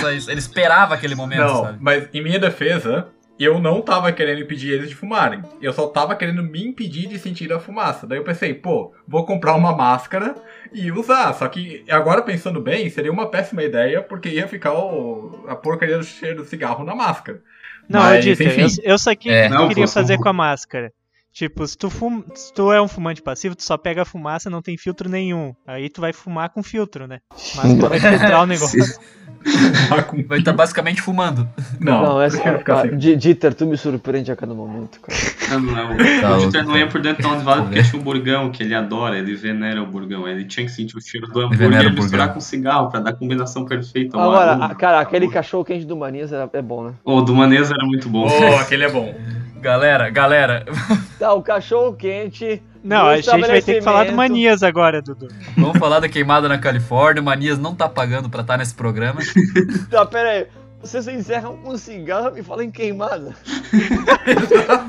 F: Só isso. Ele esperava aquele momento,
E: É. não,
F: sabe?
E: mas em minha defesa, eu não tava querendo impedir eles de fumarem. Eu só tava querendo me impedir de sentir a fumaça. Daí eu pensei, pô, vou comprar uma máscara e usar. Só que agora pensando bem, seria uma péssima ideia, porque ia ficar o- a porcaria do cheiro do cigarro na máscara.
D: Não,
E: Mas,
D: ô, Dieter,
E: enfim.
D: eu, eu saquei
F: É.
D: o que tu
C: Não,
D: queria
C: pô,
D: fazer
C: sou-
D: com a máscara. Tipo, se tu, fum... se tu é um fumante passivo, tu só pega a fumaça, não tem filtro nenhum. Aí tu vai fumar com filtro, né? Máscara
F: (laughs)
D: vai filtrar o negócio.
E: Tá com-
F: Vai estar basicamente fumando.
E: Não,
G: não, essa
E: eu quero ficar
G: ah,
E: assim.
G: Di- Dieter, tu me surpreende a cada momento, cara.
C: Não, não,
F: Tá,
C: o Dieter
F: outro
C: não ia
F: tá.
C: por dentro da Univale
F: Vou
C: porque
F: ver.
C: tinha um burgão que ele adora, ele venera o burgão. Ele tinha que sentir o cheiro do hambúrguer
F: venera
C: e
F: o
C: misturar
F: burgão.
C: com cigarro pra dar a combinação perfeita. ao
G: Agora,
C: aroma.
G: a- cara, aquele cachorro quente do Manias é, é bom, né?
C: Ô, do Manesa era muito bom.
E: (laughs) Oh,
C: (laughs)
E: aquele é bom.
F: Galera, galera,
G: Tá, o cachorro quente.
D: Não,
G: no
D: a gente vai ter que falar do
G: estabelecimento.
D: Manias agora, Dudu.
F: vamos falar da queimada na Califórnia. O Manias não tá pagando pra estar nesse programa.
G: Tá, pera aí. Vocês encerram com cigarro e falam em queimada.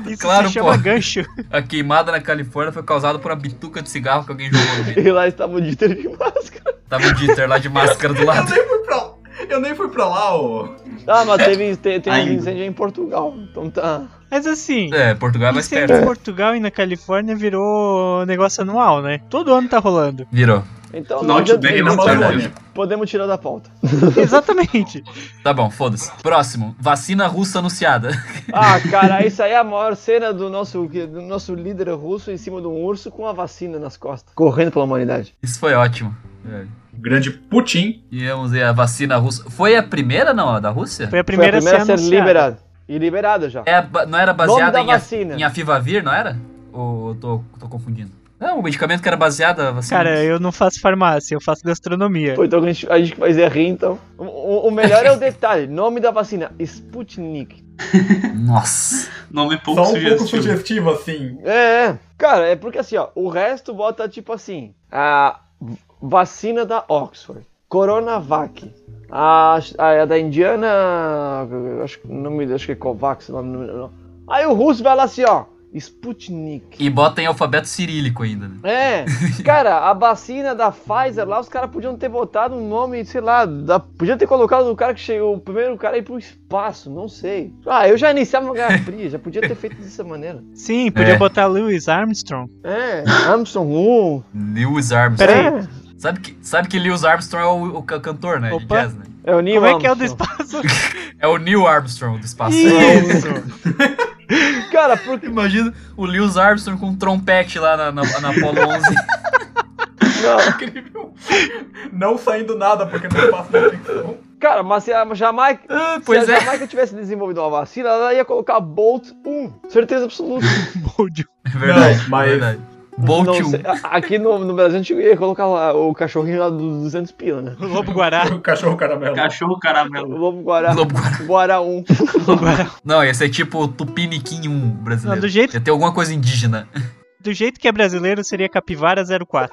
D: Isso
F: Claro,
D: se chama
F: pô.
D: gancho.
F: A queimada na Califórnia foi causada por uma bituca de cigarro que alguém jogou no meio.
G: E lá estava o Dieter de máscara.
F: Tava o Dieter lá de máscara do
E: Eu
F: lado.
E: nem fui pra, eu nem fui pra lá, ô.
G: Ah, mas teve, te, teve
C: Ainda.
G: incêndio em Portugal. Então tá.
D: Mas assim,
F: É, Portugal é mais
D: isso aí
F: perto.
D: em Portugal e na Califórnia virou negócio anual, né? Todo ano tá
G: (laughs)
D: rolando.
F: Virou.
G: Então
C: No Outback
E: Bem na
C: não
G: podemos,
C: tá
G: podemos,
E: Amazônia.
G: podemos tirar da pauta.
D: Exatamente.
F: Tá bom, foda-se. Próximo, vacina russa anunciada.
G: Ah, cara, isso aí é a maior cena do nosso, do nosso líder russo em cima de um urso com a vacina nas costas. Correndo pela humanidade.
F: Isso foi ótimo. É.
E: um Grande Putin.
F: E vamos ver a vacina russa. Foi a primeira, não, a da Rússia?
D: Foi a
G: Foi a
D: primeira,
G: primeira a ser
D: anunciada.
G: liberada. E liberada já.
F: É, ba- não era
G: Nome
F: baseada
G: da
F: em, a-
G: vacina.
F: em afivavir, não era? Ou eu tô, tô confundindo? Não, o medicamento que era baseado na vacina.
D: Cara, eu não faço farmácia, eu faço gastronomia.
G: Pô, então a gente, a gente vai rir, então. O, o- o melhor é o detalhe. Nome da vacina, Sputnik.
F: Nossa.
C: Nome pouco
E: Só um pouco
C: sugestivo.
E: sugestivo, assim.
G: É, é. Cara, é porque assim, ó. O resto bota tipo assim. A vacina da Oxford. Coronavac. A, a, a da Indiana... Acho, que o nome, acho que é Covax. o nome- não- Aí o russo vai lá assim, ó. Sputnik.
F: E bota em alfabeto cirílico ainda, né?
G: É, cara, a vacina da Pfizer lá, os caras podiam ter botado um nome, sei lá, da, podiam ter colocado o cara que chegou, o primeiro cara aí pro espaço, não sei. Ah, eu já iniciava uma guerra fria, já podia ter feito dessa maneira.
D: Sim, podia
F: É.
D: botar Louis Armstrong.
G: É, Armstrong 1.
F: Lewis Armstrong.
D: Peraí,
F: Sabe que, sabe que Lewis Armstrong é o, o ca- cantor, né? De
D: Opa.
F: jazz, né?
G: É, é o Neil
D: como é que é o do
G: Armstrong.
D: espaço?
F: É o Neil Armstrong do espaço.
D: Isso!
G: Cara,
F: (laughs)
G: porque,
F: Imagina o Lewis Armstrong com um trompete lá na, na, na Apollo
G: (laughs)
F: 11.
G: não,
E: Incrível. Não saindo nada porque não passa na ficção.
G: Cara, mas se a Jamaica,
F: Ah,
G: se a
F: pois é.
G: Jamaica tivesse desenvolvido uma vacina, ela ia colocar Bolt 1. Certeza absoluta.
D: Bold.
F: É verdade,
E: Não, mas-
F: verdade. Bolt
G: Não
F: 1.
G: sei, a- Aqui no, no Brasil a gente ia colocar lá o cachorrinho lá dos 200 pila, né?
D: O Lobo Guará.
E: (laughs) O cachorro caramelo.
C: Cachorro
G: O
C: caramelo.
G: Lobo Guará.
F: Lobo Guará.
G: Guará
D: (laughs)
G: 1.
D: Lobo Guará.
F: Não, ia ser tipo Tupiniquim 1 brasileiro.
D: Não, do jeito-
F: Ia ter alguma coisa indígena.
D: Do jeito que é brasileiro, seria Capivara 04.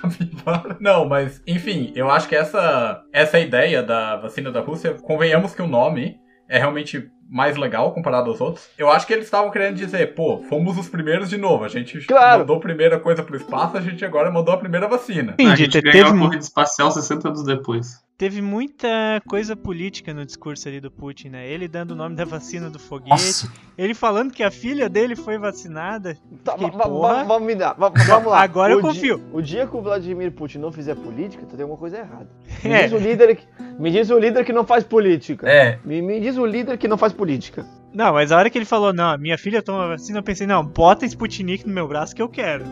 E: Capivara. Não, mas enfim, eu acho que essa essa ideia da vacina da Rússia, convenhamos que o nome é realmente mais legal comparado aos outros. Eu acho que eles estavam querendo dizer, pô, fomos os primeiros de novo. A gente
G: Claro.
E: mandou a primeira coisa pro espaço, a gente agora mandou a primeira vacina.
C: A
D: Entendi,
C: gente
D: te-
C: ganhou
D: teve,
C: a
G: um-
D: mu-
C: corrida espacial 60 anos depois.
D: teve muita coisa política no discurso ali do Putin, né? Ele dando o nome da vacina do foguete,
F: Nossa,
D: ele falando que a filha dele foi vacinada.
G: Tá,
D: Que
G: va- va-
D: porra.
G: va- vamos me dar. va- vamos lá.
D: Agora eu
G: O di-
D: confio.
G: o dia que o Vladimir Putin não fizer política, tá tem alguma coisa errada. Me,
D: É.
G: diz, o líder que, me diz o líder que não faz política.
F: é.
G: Me, me diz o líder que não faz política.
D: Não, mas a hora que ele falou, não, minha filha toma vacina, eu pensei, não, bota Sputnik no meu braço que eu quero.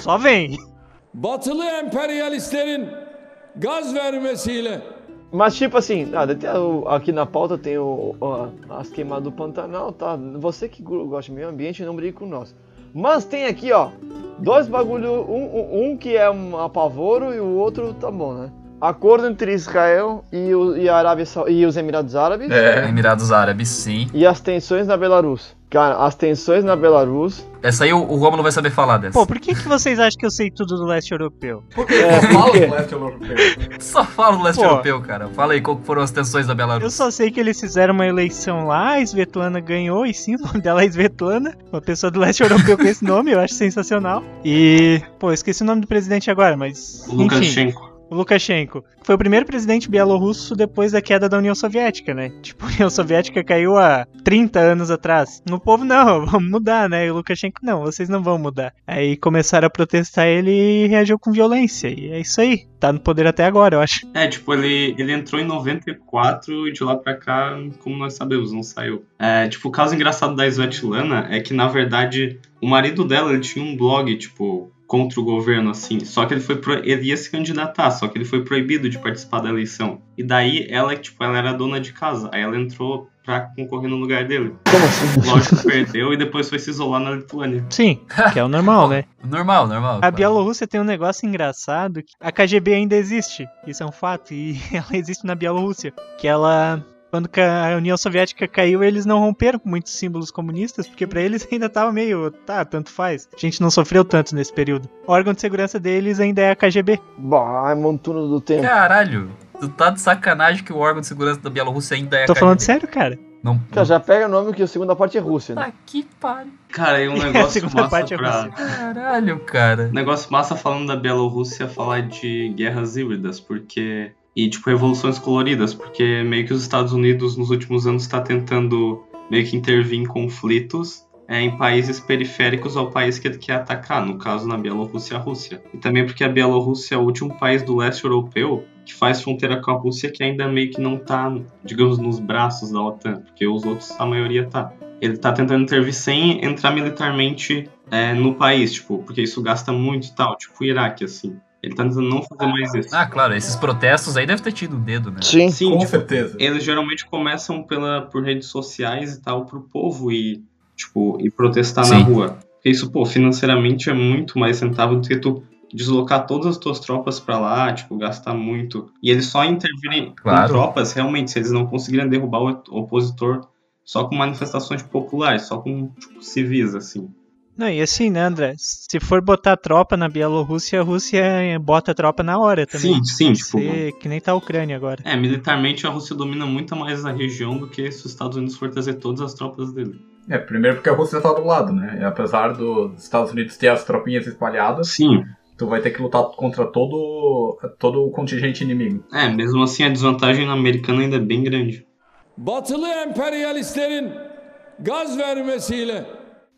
D: Só vem.
H: Batılı emperyalistlerin gaz vermesiyle
G: Mas tipo assim, ah, tem o- aqui na pauta tem o, o- as queimadas do Pantanal, tá? Você que go- gosta do meio ambiente, não brigue com nós. Mas tem aqui, ó, dois bagulho, um, um- um que é um apavoro e o outro tá bom, né? Acordo entre Israel e, o- e a Arábia Sau- e os Emirados Árabes.
E: É.
F: Emirados Árabes, sim.
G: E as tensões na Belarus. Cara, as tensões na Belarus.
F: Essa aí o, o Romulo vai saber falar dessa.
D: Pô, por que, que vocês acham que eu sei tudo do leste europeu?
E: Por que eu falo do leste é europeu?
F: Só fala o leste
D: Pô.
F: europeu, cara. Fala aí qual que foram as tensões da
D: Eu
F: Belarus.
D: só sei que eles fizeram uma eleição lá, a Svetlana ganhou, e sim, (laughs) o nome dela é Svetlana, uma pessoa do leste europeu com esse nome, eu acho sensacional. E, pô, eu esqueci o nome do presidente agora, mas.
C: O
D: enfim,
C: Lukashenko.
D: o Lukashenko. Foi o primeiro presidente bielorrusso depois da queda da União Soviética, né? (laughs) Tipo, a União Soviética caiu há 30 anos atrás. No povo, não, (laughs) vamos mudar, né? E o Lukashenko, não, vocês não vão mudar. Aí começaram a protestar ele e reagiu com violência. E é isso aí. Tá no poder até agora, eu acho.
C: É, tipo, ele, ele entrou em 94 e de lá pra cá, como nós sabemos, não saiu. É, tipo, o caso engraçado da Svetlana é que, na verdade, o marido dela ele tinha um blog, tipo, contra o governo, assim. Só que ele foi pro... ele ia se candidatar, só que ele foi proibido de participar da eleição. E daí ela, tipo, ela era dona de casa. Aí ela entrou pra concorrer no lugar dele.
G: Como assim?
C: Lógico, (laughs) perdeu e depois foi se isolar na Lituânia.
D: Sim, que é o normal, né?
F: Normal, normal.
D: A
F: claro.
D: Bielorrússia tem um negócio engraçado que a KGB ainda existe, isso é um fato, e (laughs) ela existe na Bielorrússia, que ela quando ca- a União Soviética caiu, eles não romperam com muitos símbolos comunistas, porque pra eles (laughs) ainda tava meio, tá, tanto faz. A gente não sofreu tanto nesse período. O órgão de segurança deles ainda é a KGB.
G: Bah, é um montuno do tempo.
F: Caralho. Tu tá de sacanagem que o órgão de segurança da Bielorrússia ainda é
D: Tô
F: KGB.
D: falando sério, cara.
F: Não,
G: Cara, já pega o nome que a segunda parte é Rússia, né?
F: Tá que pariu.
C: Cara,
D: (laughs)
C: e um
D: a
C: negócio
D: segunda
C: massa
D: parte é
C: pra...
D: você.
F: Caralho, cara.
C: Um negócio massa falando da Bielorrússia falar de guerras híbridas, porque. E tipo, revoluções coloridas, porque meio que os Estados Unidos nos últimos anos está tentando meio que intervir em conflitos é, em países periféricos ao país que ele quer atacar, no caso na Bielorrússia, a Rússia. E também porque a Bielorrússia é o último país do leste europeu que faz fronteira com a Rússia que ainda meio que não tá, digamos, nos braços da OTAN, porque os outros, a maioria tá. Ele tá tentando intervir sem entrar militarmente é, no país, tipo, porque isso gasta muito e tal, tipo o Iraque, assim. Ele tá tentando não fazer mais isso.
F: Ah, claro, esses protestos aí deve ter tido um dedo, né?
G: Sim.
C: Sim,
E: Com
C: tipo,
E: certeza.
C: eles geralmente começam pela, por redes sociais e tal, pro povo e, tipo, e protestar na
F: Sim.
C: rua. Porque isso, pô, financeiramente é muito mais rentável do que tu deslocar todas as tuas tropas pra lá, tipo, gastar muito. E eles só intervirem
F: Claro.
C: com tropas, realmente, se eles não conseguirem derrubar o opositor só com manifestações populares, só com, tipo, civis, assim.
D: Não, e assim, né, André? Se for botar tropa na Bielorrússia, a Rússia eh, bota tropa na hora também.
C: Sim, sim,
D: Tem que
C: tipo...
D: ser que nem tá a Ucrânia agora.
C: É, militarmente a Rússia domina muito mais a região do que se os Estados Unidos fortalecer todas as tropas dele.
E: É, primeiro porque a Rússia tá do lado, né? E apesar dos Estados Unidos ter as tropinhas espalhadas,
C: Sim.
E: tu vai ter que lutar contra todo, todo o contingente inimigo.
C: É, mesmo assim a desvantagem na americana ainda é bem grande.
H: Batılı emperyalistlerin gaz vermesiyle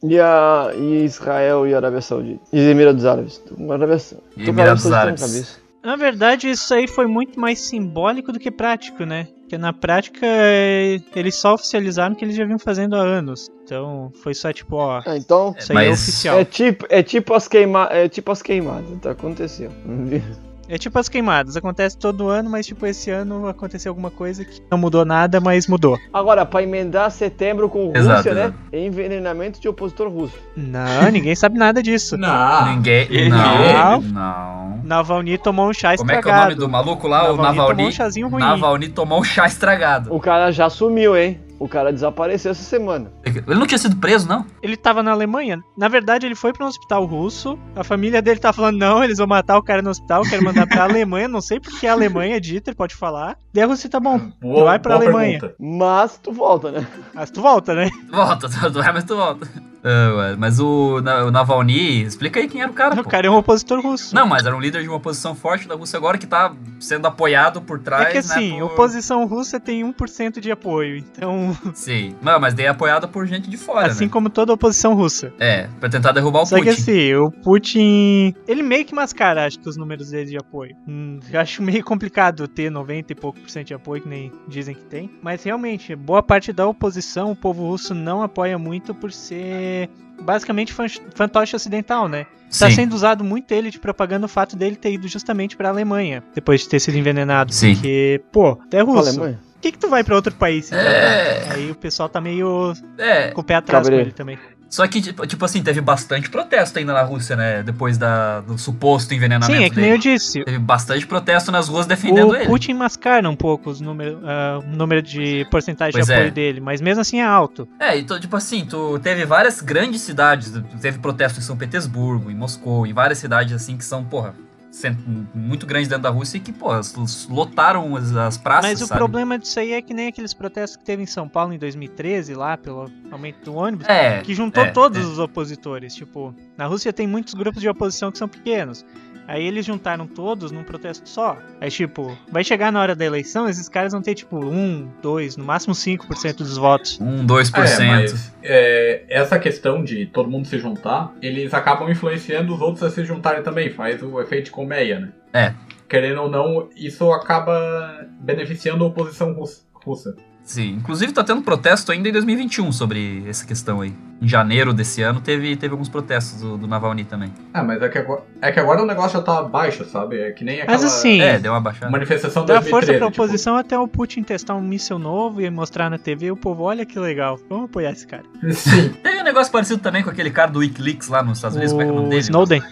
G: E, a, e Israel e a Arábia Saudita. E Emirados Árabes. Tô com a Arábia Sa- tô com a Arábia
F: Emirados
G: Saudita na
F: Árabes.
G: cabeça.
D: Na verdade, isso aí foi muito mais simbólico do que prático, né? Porque na prática eh, eles só oficializaram o que eles já vinham fazendo há anos. Então foi só tipo, ó,
G: Ah, então.
D: isso aí é
F: Mas-
D: oficial.
G: É tipo, é tipo as queimadas. É tipo as queimadas. Tá Então, aconteceu. (laughs)
D: É tipo as queimadas, acontece todo ano, mas tipo esse ano aconteceu alguma coisa que não mudou nada, mas mudou.
G: Agora, pra emendar setembro com Rússia,
F: Exato,
G: né?
F: exato.
G: Envenenamento de opositor russo.
D: Não, ninguém sabe
F: (laughs)
D: nada disso.
E: Não.
F: Ninguém.
C: Ele-
F: Não. Não.
D: Navalny tomou um chá
F: Como é
D: estragado.
F: que é o nome do maluco lá?
D: Navalny
F: o
D: tomou um
F: Navalny.
D: chazinho ruim.
F: Navalny tomou um chá estragado.
G: O cara já sumiu, hein? O cara desapareceu essa semana.
F: Ele não tinha sido preso, não?
D: Ele tava na Alemanha. Na verdade, ele foi pra um hospital russo. A família dele tá falando: não, eles vão matar o cara no hospital, quero mandar pra Alemanha. Não sei porque a Alemanha, Dieter, pode falar. Daí a Rússia tá bom.
E: Boa,
D: vai pra
E: boa
D: Alemanha.
E: pergunta.
G: Mas tu volta, né?
D: Mas tu volta, né?
F: Tu Volta, (laughs) tu tu vai, mas tu volta. Ah, ué, mas o, Na- o Navalny, explica aí quem era o cara,
D: (laughs) O
F: pô.
D: cara é um opositor russo.
F: Não, mas era um líder de uma posição forte da Rússia agora que tá sendo apoiado por trás,
D: É que assim,
F: né, por-
D: oposição russa tem 1% de apoio. Então,
F: Sim. Não, mas daí é apoiado por gente de fora,
D: assim
F: né?
D: como toda oposição russa.
F: É, pra tentar derrubar o
D: Só que
F: Putin.
D: assim, o Putin. Ele meio que mascara, acho que, os números dele de apoio. Hum, eu acho meio complicado ter 90 e pouco por cento de apoio, que nem dizem que tem. Mas realmente, boa parte da oposição, o povo russo não apoia muito por ser basicamente fan- fantoche ocidental, né? Tá
F: Sim.
D: sendo usado muito ele de propaganda o fato dele ter ido justamente pra Alemanha, depois de ter sido envenenado.
F: Sim.
D: Porque, pô, tu é russo.
G: Alemanha.
D: Por que, que tu vai pra outro país? se
F: É.
D: tratar? Aí o pessoal tá meio
F: É,
D: com o pé atrás
G: Cabreiro.
D: com ele também.
F: só que, tipo tipo assim, teve bastante protesto ainda na Rússia, né? Depois da, do suposto envenenamento
D: Sim, é que nem
F: dele.
D: eu disse.
F: Teve bastante protesto nas ruas defendendo
D: O
F: ele.
D: Putin mascara um pouco os número, ah, o número de porcentagem
F: Pois
D: de
F: é.
D: apoio dele, mas mesmo assim é alto.
F: É, então, tipo assim, tu teve várias grandes cidades, tu teve protesto em São Petersburgo, em Moscou, em várias cidades assim que são, porra, cent- muito grandes dentro da Rússia e que, porra, s- lotaram as, as praças,
D: mas o
F: sabe?
D: problema disso aí é que nem aqueles protestos que teve em São Paulo em 2013, lá pelo aumento do ônibus,
F: É,
D: que juntou
F: é,
D: todos
F: é.
D: os opositores. Tipo, na Rússia tem muitos grupos de oposição que são pequenos. Aí eles juntaram todos num protesto só. Aí, tipo, vai chegar na hora da eleição, esses caras vão ter, tipo, um, dois, no máximo 5% dos votos.
F: um, dois por
E: É,
F: cento.
E: mas é, essa questão de todo mundo se juntar, eles acabam influenciando os outros a se juntarem também, faz o efeito colmeia, né?
F: É.
E: Querendo ou não, isso acaba beneficiando a oposição rus- russa.
F: Sim, inclusive tá tendo protesto ainda em 2021 sobre essa questão aí. Em janeiro desse ano teve, teve alguns protestos do, do Navalny também.
E: Ah, mas é que, agora, é que agora o negócio já tá baixo, sabe? É que nem aquela
D: Mas assim.
F: É, deu uma baixada.
E: manifestação de
D: Dá força
E: 2013.
D: pra
E: tipo,
D: oposição até o Putin testar um míssil novo e mostrar na TV. O povo, olha que legal, vamos apoiar esse cara.
E: (laughs) Sim.
F: Teve um negócio parecido também com aquele cara do Wikileaks lá nos Estados Unidos, como é que é o nome
D: O
F: dele?
D: Snowden.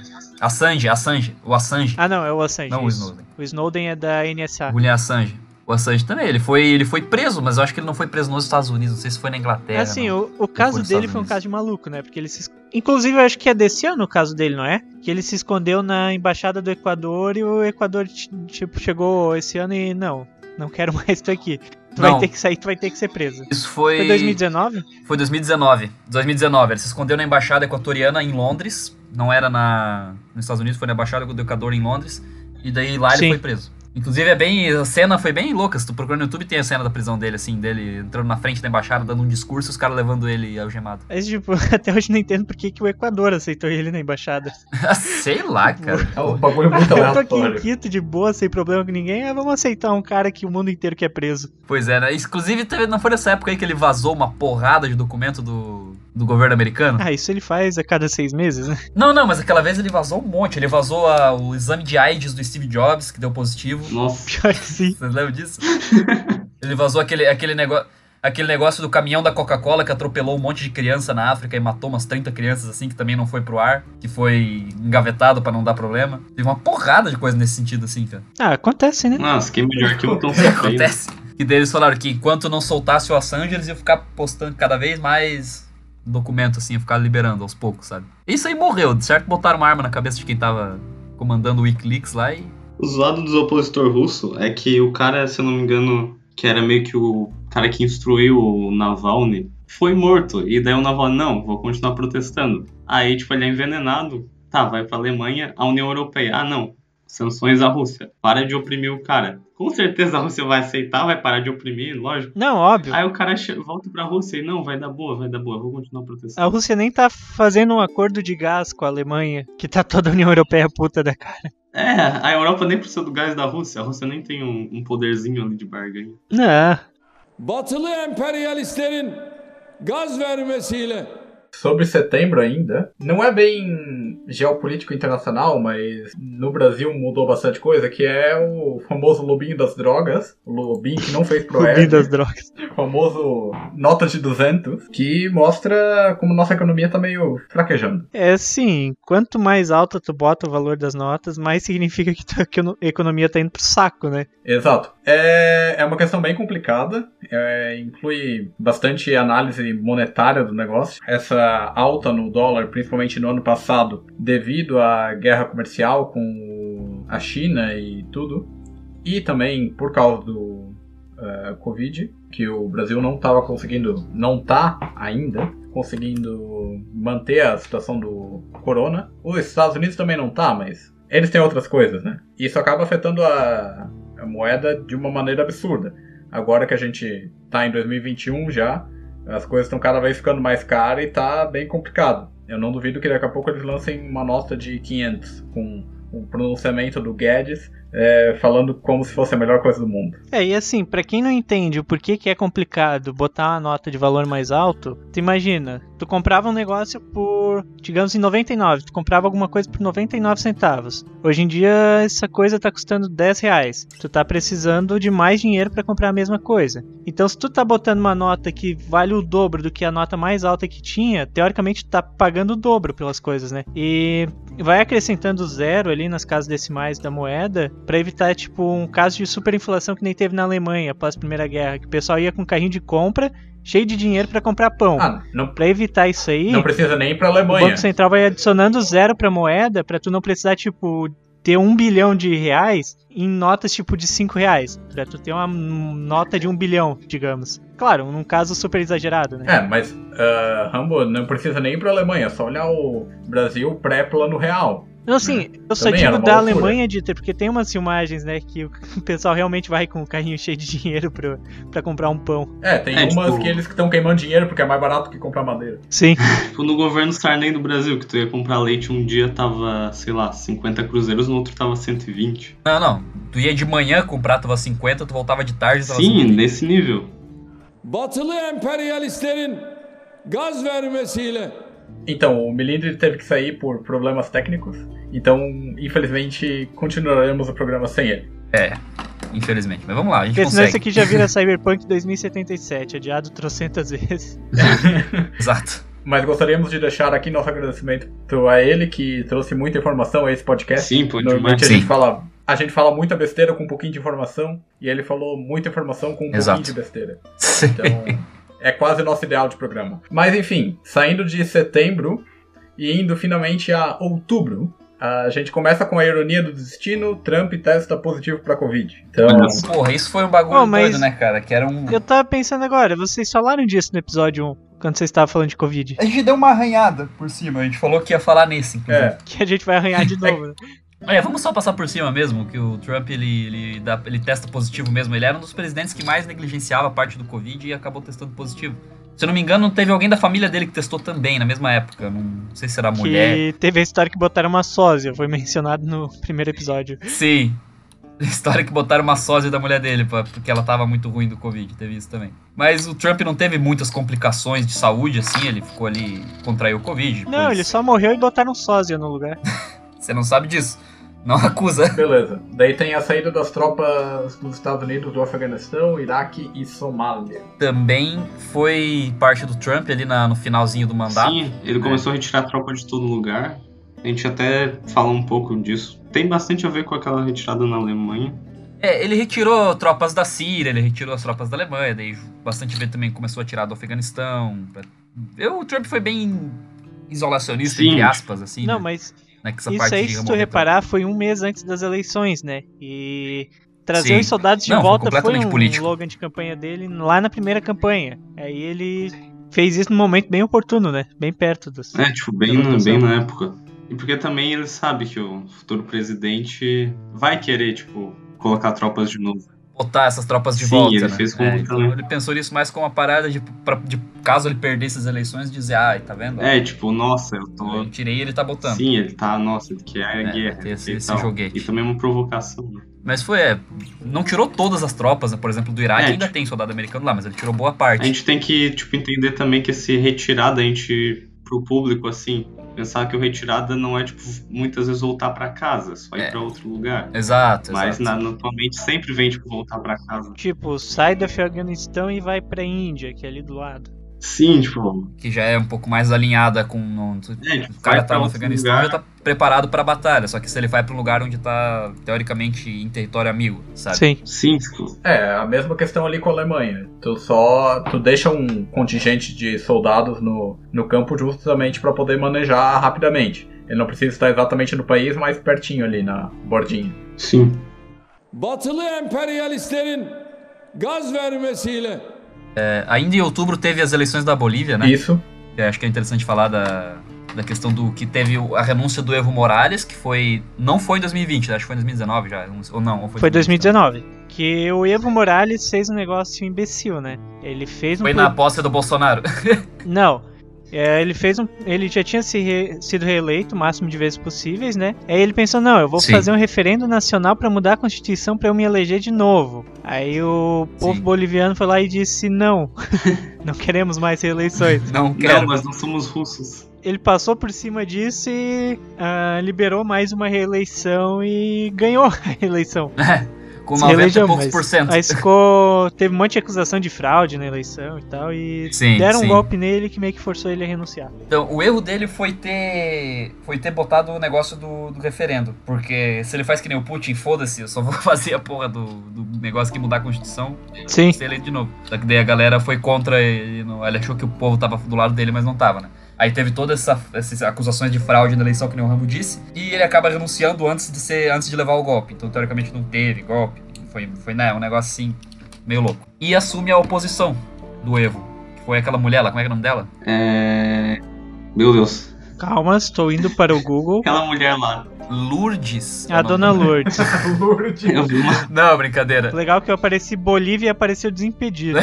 F: Assange, Assange, o Assange.
D: Ah, não, é o Assange.
F: não o
D: isso.
F: Snowden.
D: O Snowden é da NSA.
F: Julian Assange. O Assange também, ele foi, ele foi preso, mas eu acho que ele não foi preso nos Estados Unidos, não sei se foi na Inglaterra.
D: assim,
F: não.
D: o, o caso
F: foi nos Estados
D: dele foi um
F: Unidos.
D: caso de maluco, né? Porque ele se. es- Inclusive, eu acho que é desse ano o caso dele, não é? Que ele se escondeu na embaixada do Equador e o Equador, ti- tipo, chegou esse ano e. Não, não quero (laughs) mais tu aqui. Tu vai
F: Não.
D: ter que sair, tu vai ter que ser preso.
F: Isso foi.
D: Foi 2019?
F: Foi 2019. 2019, ele se escondeu na embaixada equatoriana em Londres. Não era na nos Estados Unidos, foi na embaixada do Equador em Londres. E daí lá
D: Sim.
F: ele foi preso. Inclusive é bem, a cena foi bem louca. Se tu procurar no YouTube tem a cena da prisão dele, assim, dele entrando na frente da embaixada, dando um discurso, os caras levando ele algemado.
D: Mas, tipo, (laughs) até hoje não entendo por que, que o Equador aceitou ele na embaixada.
F: (laughs) Sei lá, cara.
E: É um bagulho
D: Ah,
E: muito
D: (laughs) eu tô aqui em
E: aleatório.
D: Quito de boa, sem problema com ninguém. Ah, vamos aceitar um cara que o mundo inteiro quer preso.
F: Pois é, né? Inclusive teve- não foi nessa época aí que ele vazou uma porrada de documento do, do governo americano?
D: Ah, isso ele faz a cada seis meses, né?
F: Não, não, mas aquela vez ele vazou um monte. Ele vazou a- o exame de AIDS do Steve Jobs, que deu positivo.
C: Nossa.
D: (laughs) Pior que sim.
F: Vocês lembram disso? ele vazou aquele, aquele negócio. Aquele negócio do caminhão da Coca-Cola que atropelou um monte de criança na África e matou umas 30 crianças assim, que também não foi pro ar, que foi engavetado pra não dar problema. Teve uma porrada de coisa nesse sentido, assim, cara.
D: Ah, acontece, né?
C: Nossa, quem melhor que um (laughs) eu tão
F: (laughs) que
C: sofrendo.
F: acontece. E daí eles falaram que enquanto não soltasse o Assange, eles iam ficar postando cada vez mais documento, assim, ia ficar liberando aos poucos, sabe? Isso aí morreu, de certo botaram uma arma na cabeça de quem tava comandando o Wikileaks lá e.
C: O zoado dos opositor russo é que o cara, se eu não me engano, que era meio que o cara que instruiu o Navalny, foi morto. E daí o Navalny, não, vou continuar protestando. Aí, tipo, ele é envenenado. Tá, vai pra Alemanha, a União Europeia. Ah, não. Sanções à Rússia. Para de oprimir o cara. Com certeza a Rússia vai aceitar, vai parar de oprimir, lógico.
D: Não, óbvio.
C: Aí o cara che- volta pra Rússia e não, vai dar boa, vai dar boa, vou continuar protestando.
D: A Rússia nem tá fazendo um acordo de gás com a Alemanha, que tá toda a União Europeia puta da cara.
C: É, a Europa nem precisa do gás da Rússia. A Rússia nem tem um, um poderzinho ali de barganha.
D: Não.
H: Batılı emperyalistlerin gaz vermesiyle
E: Sobre setembro ainda, não é bem geopolítico internacional, mas no Brasil mudou bastante coisa, que é o famoso lobinho das drogas, o lobinho que não fez
D: Clube
E: proerd,
D: das drogas.
E: o famoso nota de 200, que mostra como nossa economia tá meio fraquejando.
D: É sim, quanto mais alta tu bota o valor das notas, mais significa que, tu, que a economia tá indo pro saco, né?
E: Exato. É, é uma questão bem complicada, é, inclui bastante análise monetária do negócio. Essa alta no dólar, principalmente no ano passado, devido à guerra comercial com a China e tudo, e também por causa do eh, Covid, que o Brasil não estava conseguindo, não tá ainda conseguindo manter a situação do corona. Os Estados Unidos também não tá, mas eles têm outras coisas, né? Isso acaba afetando a, a moeda de uma maneira absurda. Agora que a gente tá em 2021 já, as coisas estão cada vez ficando mais caras e tá bem complicado. Eu não duvido que daqui a pouco eles lancem uma nota de 500 com o pronunciamento do Guedes é, falando como se fosse a melhor coisa do mundo.
D: É, e assim, pra quem não entende o porquê que é complicado botar uma nota de valor mais alto, tu imagina, tu comprava um negócio por, digamos, em 99, tu comprava alguma coisa por 99 centavos. Hoje em dia, essa coisa tá custando 10 reais. Tu tá precisando de mais dinheiro pra comprar a mesma coisa. Então, se tu tá botando uma nota que vale o dobro do que a nota mais alta que tinha, teoricamente tu tá pagando o dobro pelas coisas, né? E vai acrescentando zero ali nas casas decimais da moeda pra evitar tipo um caso de superinflação que nem teve na Alemanha após a Primeira Guerra, que o pessoal ia com carrinho de compra cheio de dinheiro pra comprar pão. Pra
E: Ah, não,
D: evitar isso aí,
E: não precisa nem ir pra
D: o
E: Alemanha.
D: Banco Central vai adicionando zero pra moeda pra tu não precisar tipo ter um bilhão de reais em notas tipo de cinco reais, pra tu ter uma nota de um bilhão, digamos. Claro, num caso super exagerado, né?
E: É, mas ah, Rambo não precisa nem ir pra Alemanha, é só olhar o Brasil pré-plano real.
D: Não, assim, eu só
E: Hum, Também era
D: digo
E: uma
D: da
E: loucura.
D: Alemanha, Dieter, porque tem umas filmagens, né, que o (laughs) pessoal realmente vai com um carrinho cheio de dinheiro pra, pra comprar um pão.
E: É, tem
C: É,
E: umas
C: tipo-
E: que eles estão queimando dinheiro porque é mais barato que comprar madeira. (laughs)
D: Sim.
C: Tipo, no governo Sarney do Brasil, que tu ia comprar leite um dia tava, sei lá, 50 cruzeiros, no outro tava 120.
F: Não, não. Tu ia de manhã comprar, tava 50, tu voltava de tarde, tava
C: Sim,
F: 50.
C: nesse nível.
H: Batılı emperyalistlerin gaz vermesiyle
E: Então, o Melindre teve que sair por problemas técnicos, então, infelizmente, continuaremos o programa sem ele.
F: É, Infelizmente. Mas vamos lá, a gente
D: Porque senão
F: consegue.
D: isso aqui já vira Cyberpunk 2077, adiado trocentas vezes.
F: (laughs) Exato.
E: Mas gostaríamos de deixar aqui nosso agradecimento a ele, que trouxe muita informação a esse
F: É?
E: podcast.
C: Sim, pô, demais.
E: Normalmente a gente,
F: Sim.
E: fala, a gente fala muita besteira com um pouquinho de informação, e ele falou muita informação com um
F: Exato.
E: pouquinho de besteira. Então, é quase nosso ideal de programa. Mas enfim, saindo de setembro e indo finalmente a outubro, a gente começa com a ironia do destino, Trump testa positivo para Covid. Então,
C: Olha só.
F: Porra, isso foi um bagulho
D: Ô, mas-
F: doido, né, cara? Que era um.
D: Eu tava pensando agora, vocês falaram disso no episódio 1, quando vocês estavam falando de Covid,
F: A gente deu uma arranhada por cima, a gente falou que ia falar nesse, inclusive.
E: é,
D: que a gente vai arranhar de novo. né?
F: (laughs) É, vamos só passar por cima mesmo, que o Trump, ele, ele, dá- ele testa positivo mesmo. Ele era um dos presidentes que mais negligenciava a parte do Covid e acabou testando positivo. Se eu não me engano, teve alguém da família dele que testou também, na mesma época. Não, não sei se era a mulher.
D: Que teve a história que botaram uma sósia, foi mencionado no primeiro episódio.
F: Sim. (laughs) História que botaram uma sósia da mulher dele, pra- porque ela tava muito ruim do Covid, teve isso também. Mas o Trump não teve muitas complicações de saúde, assim, ele ficou ali, contraiu o Covid.
D: Não,
F: pois-
D: ele só morreu e botaram um sósia no lugar.
F: Você não sabe disso. Não (laughs) acusa.
E: beleza. Daí tem a saída das tropas dos Estados Unidos do Afeganistão, Iraque e Somália.
F: Também foi parte do Trump ali na- no finalzinho do mandato.
C: Sim, ele começou a retirar tropa de todo lugar. A gente até fala um pouco disso. Tem bastante a ver com aquela retirada na Alemanha.
F: É, ele retirou tropas da Síria, ele retirou as tropas da Alemanha, daí bastante gente também começou a tirar do Afeganistão. pra- Eu, o Trump foi bem isolacionista,
C: Sim.
F: entre aspas, assim.
D: Não,
F: né?
D: mas
F: Nessa
D: Isso
F: parte
D: aí,
F: de
D: se tu
F: remover
D: reparar, foi um mês antes das eleições, né? E trazer
F: Sim.
D: os soldados de
F: Não, foi
D: volta foi
F: completamente
D: um
F: político.
D: slogan de campanha dele lá na primeira campanha. Aí ele fez isso num momento bem oportuno, né? Bem perto dos.
C: É, tipo, bem
D: Pela
C: na,
D: votação.
C: bem na época. E porque também ele sabe que o futuro presidente vai querer, tipo, colocar tropas de novo.
F: botar essas tropas de
C: Sim,
F: volta,
C: ele
F: né?
C: fez com-
F: É, então ele pensou nisso mais como uma parada de, pra- de caso ele perdesse as eleições, dizer, ai, tá vendo?
C: É, tipo, nossa, eu
F: Eu
C: tô.
F: tirei ele tá botando.
C: Sim, ele tá, nossa, ele quer a
F: É,
C: guerra.
F: tem esse-
C: e
F: esse
C: tal.
F: joguete.
C: E também é uma provocação. né?
F: Mas foi, é, não tirou todas as tropas, né? por exemplo, do Iraque
C: É,
F: ainda
C: tipo-
F: tem soldado americano lá, mas ele tirou boa
C: A
F: parte.
C: gente tem que, tipo, entender também que esse retirada a gente pro público, assim. Pensar que o retirada não é, tipo, muitas vezes voltar pra casa, só ir
F: É.
C: pra outro lugar.
F: Exato,
C: Mas
F: exato.
C: na, atualmente sempre vem, tipo, voltar pra casa.
D: Tipo, sai do Afeganistão e vai pra Índia, que é ali do lado.
C: Sim, tipo,
F: Que já é um pouco mais alinhada com. no-
C: é,
F: o
C: vai
F: cara
C: pra
F: tá no
C: outro
F: Afeganistão
C: lugar.
F: já tá preparado pra batalha. Só que se ele vai pra um lugar onde tá, teoricamente, em território amigo, sabe?
D: Sim.
C: Sim, tipo,
E: É, a mesma questão ali com a Alemanha. Tu só tu deixa um contingente de soldados no, no campo justamente para poder manejar rapidamente. Ele não precisa estar exatamente no país, mas pertinho ali na bordinha.
C: sim.
H: Batılı emperyalistlerin gaz vermesiyle
F: É, ainda em outubro teve as eleições da Bolívia, né?
E: Isso.
F: É, acho que é interessante falar da, da questão do que teve o- a renúncia do Evo Morales, que foi. Não foi em 2020, né? acho que foi em 2019 já. não sei- Ou não, ou
D: Foi 2019. Que o Evo Morales fez um negócio imbecil, né? Ele fez um.
F: Foi
D: pro-
F: na posse do Bolsonaro. (laughs)
D: Não. É, ele fez um. Ele já tinha se re- sido reeleito o máximo de vezes possíveis, né? Aí ele pensou, não, eu vou
F: Sim.
D: fazer um referendo nacional pra mudar a Constituição pra eu me eleger de novo. Aí o povo
F: Sim.
D: boliviano foi lá e
F: (laughs)
D: disse não. não queremos mais reeleições.
F: Não quero.
C: Não, nós não somos russos.
D: Ele passou por cima disso e ah, liberou mais uma reeleição e ganhou (laughs) a reeleição.
F: Com
D: Se
F: 90 e
D: reelegeu,
F: poucos
D: mas-
F: por cento.
D: Aí ficou. Teve um monte de acusação de fraude na eleição e tal. E
F: Sim,
D: deram
F: sim.
D: um golpe nele que meio que forçou ele a renunciar.
F: Então, o erro dele foi ter. Foi ter botado o negócio do, do referendo. Porque se ele faz que nem o Putin, foda-se, eu só vou (laughs) fazer a porra do, do negócio que mudar a Constituição
D: Sim.
F: e ser eleito de novo. Só que daí a galera foi contra e não, ele achou que o povo tava do lado dele, mas não tava, né? Aí teve todas essa, essas acusações de fraude na eleição, que nem o Rambo disse, e ele acaba renunciando antes de ser antes de levar o golpe. Então, teoricamente, não teve golpe. Foi, foi né, um negócio assim, meio louco. E assume a oposição do Evo. que Foi aquela mulher lá, como é que é o nome dela?
C: É... Meu Deus.
D: Calma, estou indo para o Google.
C: Aquela mulher lá.
F: Lourdes. é o
D: A
F: nome
D: Dona
F: dela.
D: Lourdes.
C: Eu vi uma,
F: (laughs) Não, brincadeira.
D: Legal que eu apareci Bolívia e apareceu desimpedido.
F: É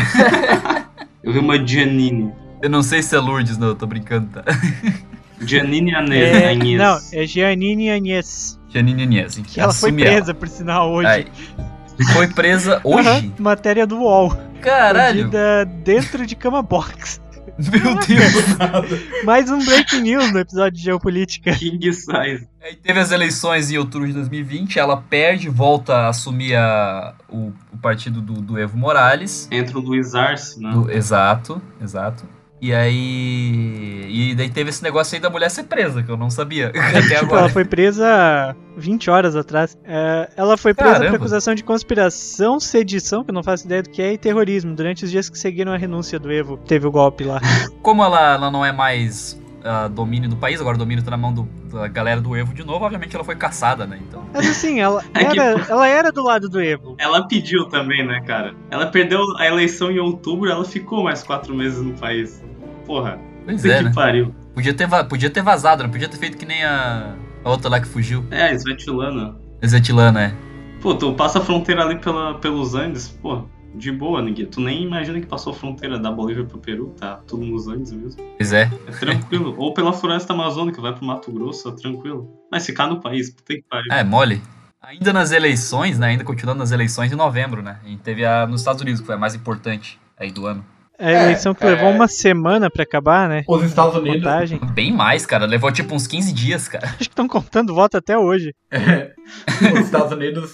C: eu vi uma Giannini.
F: Eu não sei se é Lourdes, não, eu tô brincando, tá? (laughs)
C: Giannini Anês.
D: É,
C: Anhes.
D: não, é Giannini Agnes.
F: Janine Nies, hein?
D: Que ela foi
F: Assume
D: presa, por sinal, hoje.
F: Aí. Foi presa hoje?
D: (laughs) Aham, matéria do UOL.
F: Caralho!
D: Perdida dentro de cama box.
F: Meu Deus!
D: Mais um break news no episódio de geopolítica.
C: King size.
F: Aí teve as eleições em outubro de 2020, ela perde, volta a assumir a- o, o partido do, do Evo Morales.
C: Entra o Luiz Arce, né?
D: Uhum.
F: Do- exato, exato. E aí. E daí teve esse negócio aí da mulher ser presa, que eu não sabia. (laughs) Até
D: Tipo, ela
F: agora.
D: foi presa 20 horas atrás. É, ela foi presa
F: Caramba.
D: por acusação de conspiração, sedição, que eu não faço ideia do que é, e terrorismo, durante os dias que seguiram a renúncia do Evo. Teve o golpe lá.
F: Como ela, ela não é mais ah, domínio do país, agora o domínio tá na mão do- da galera do Evo de novo, obviamente ela foi caçada, né? Então.
D: Mas
F: (laughs)
D: assim, ela
C: Ai, que
D: era, ela era do lado do Evo.
C: Ela pediu também, né, cara? Ela perdeu a eleição em outubro, ela ficou mais quatro meses no país. Porra,
F: Pois
C: puta
F: é,
C: que
F: né?
C: pariu.
F: Podia ter, va- podia ter vazado, né? podia ter feito que nem a, a outra lá que fugiu.
C: É, Svetlana.
F: A Zetilana, é.
C: Pô, tu passa a fronteira ali pela, pelos Andes, pô, de boa, ninguém. Tu nem imagina que passou a fronteira da Bolívia pro Peru, tá tudo nos Andes mesmo.
F: Pois é.
C: É tranquilo. Ou pela floresta amazônica, vai pro Mato Grosso, é tranquilo. Mas ficar no país, puta que pariu.
F: É, mole. Ainda nas eleições, né? Ainda continuando nas eleições em novembro, né? A gente teve a nos Estados Unidos, que foi a mais importante aí do ano.
D: É A eleição
F: é.
D: que levou uma semana pra acabar, né?
E: Os Estados Unidos.
D: Contagem.
F: Bem mais, cara. Levou tipo uns 15 dias, cara.
D: Acho que estão contando voto até hoje.
E: os Estados Unidos,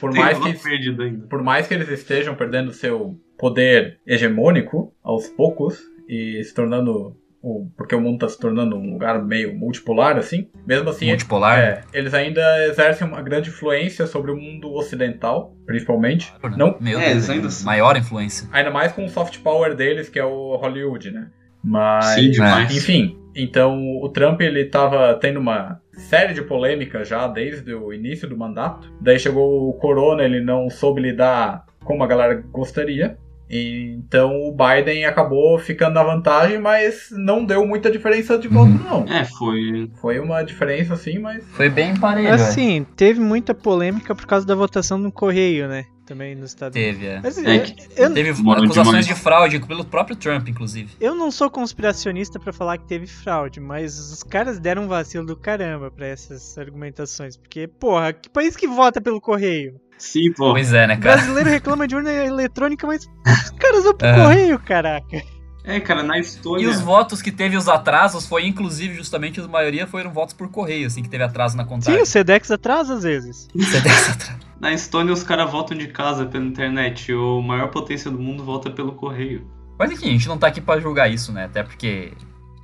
E: por
C: Tem
E: mais
C: uma
E: que
C: perdida ainda.
E: por mais que eles estejam perdendo seu poder hegemônico aos poucos e se tornando o, porque o mundo está se tornando um lugar meio multipolar assim, mesmo assim
F: Multipolar.
E: é, eles ainda exercem uma grande influência sobre o mundo ocidental, principalmente.
F: Claro, né?
E: Não. assim.
F: Meu
C: É,
F: Deus,
C: eles ainda são.
F: maior influência.
E: Ainda mais com o soft power deles, que é o Hollywood, né? Mas
C: Sim, demais.
E: enfim, então o Trump ele tava tendo uma série de polêmicas já desde o início do mandato. Daí chegou o Corona, ele não soube lidar como a galera gostaria. Então o Biden acabou ficando na vantagem, mas não deu muita diferença de voto, não.
C: É, foi.
E: Foi uma diferença assim, mas
F: Foi bem parelho. é.
D: Assim, teve muita polêmica por causa da votação no correio, né? Também nos Estados Unidos.
F: Teve, é.
D: Mas,
C: É
D: eu-
C: que-
D: eu,
F: Teve
C: Moram
F: acusações
C: demais.
F: de fraude pelo próprio Trump, inclusive.
D: eu não sou conspiracionista pra falar que teve fraude, mas os caras deram um vacilo do caramba pra essas argumentações. Porque, porra, que país que vota pelo correio?
C: Sim, pô.
F: Pois é, né, cara?
D: Brasileiro reclama de urna eletrônica, mas os caras vão pro
F: (laughs) É.
D: correio, caraca.
C: É, cara, na
F: E
C: Estônia.
F: os votos que teve os atrasos foi, inclusive, justamente, a maioria foram votos por correio, assim, que teve atraso na
D: Sim,
F: contagem.
D: o Sedex atrasa às vezes.
F: (laughs) Você tem essa atraso.
C: Na Estônia os caras votam de casa pela internet. O maior potência do mundo vota pelo correio.
F: Mas enfim, a gente não tá aqui pra julgar isso, né? Até porque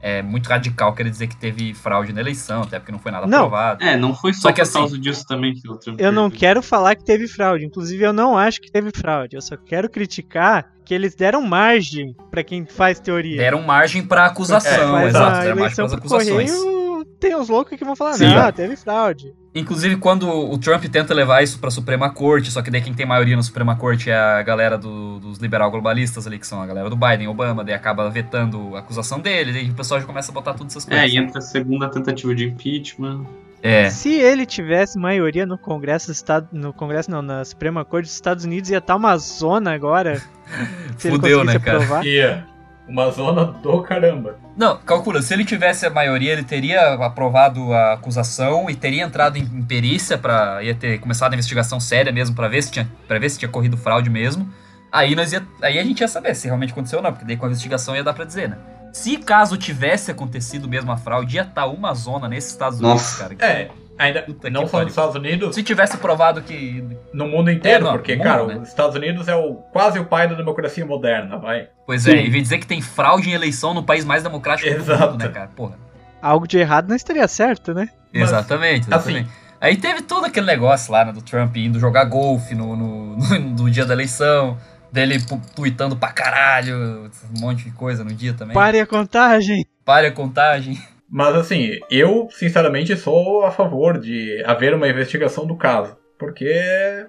F: é muito radical querer dizer que teve fraude na eleição, até porque não foi nada
D: Não.
F: aprovado.
C: É, não foi só,
F: Só que
C: por
F: assim,
C: causa disso também que o Trump
D: Eu não
C: perdeu.
D: quero falar que teve fraude. Inclusive, eu não acho que teve fraude. Eu só quero criticar que eles deram margem pra quem faz
C: É.
D: teoria.
F: Deram margem pra acusação,
D: Faz
F: exato,
D: É, a
F: deram margem
D: eleição
F: pras
D: por
F: acusações.
D: correio, tem uns loucos que vão falar,
E: Sim.
D: não, teve fraude.
F: Inclusive, quando o Trump tenta levar isso pra Suprema Corte, só que daí quem tem maioria na Suprema Corte é a galera do- dos liberal globalistas ali, que são a galera do Biden, Obama, daí acaba vetando a acusação dele, daí o pessoal já começa a botar todas essas
C: É,
F: coisas.
C: e entra a segunda tentativa de impeachment.
F: É.
D: Se ele tivesse maioria no Congresso, dos Estados- no Congresso não, na Suprema Corte dos Estados Unidos, ia estar uma zona agora. se ele
F: Fudeu,
D: conseguisse
F: né, cara?
D: aprovar.
E: Ia. é Uma zona do caramba.
F: Não, calcula, se ele tivesse a maioria, ele teria aprovado a acusação e teria entrado em, em perícia para ia ter começado a investigação séria mesmo para ver se tinha para ver se tinha corrido fraude mesmo. Aí nós ia, aí a gente ia saber se realmente aconteceu ou não, porque daí com a investigação ia dar pra dizer, né? Se caso tivesse acontecido mesmo a fraude, ia estar uma zona nesses Estados Unidos,
C: Nossa.
F: cara.
E: É, ainda
F: Puta
E: não
F: que
E: só
F: pariu.
E: nos Estados Unidos,
F: Se tivesse provado que
E: no mundo inteiro,
F: É, não,
E: porque,
F: mundo,
E: cara,
F: né?
E: os Estados Unidos é o, quase o pai da democracia moderna, vai.
F: Pois
C: Sim.
F: é, e vem dizer que tem fraude em eleição no país mais democrático do
E: Exato.
F: mundo, né, cara? Porra.
D: Algo de errado não estaria certo, né?
E: Mas, assim,
F: exatamente, exatamente. Aí teve todo aquele negócio lá, né, do Trump indo jogar golfe no, no, (laughs) no- no dia da eleição, dele pu- tweetando pra caralho, um monte de coisa no dia também.
D: Pare a contagem.
F: Pare a contagem.
E: Mas assim, eu sinceramente sou a favor de haver uma investigação do caso. Porque,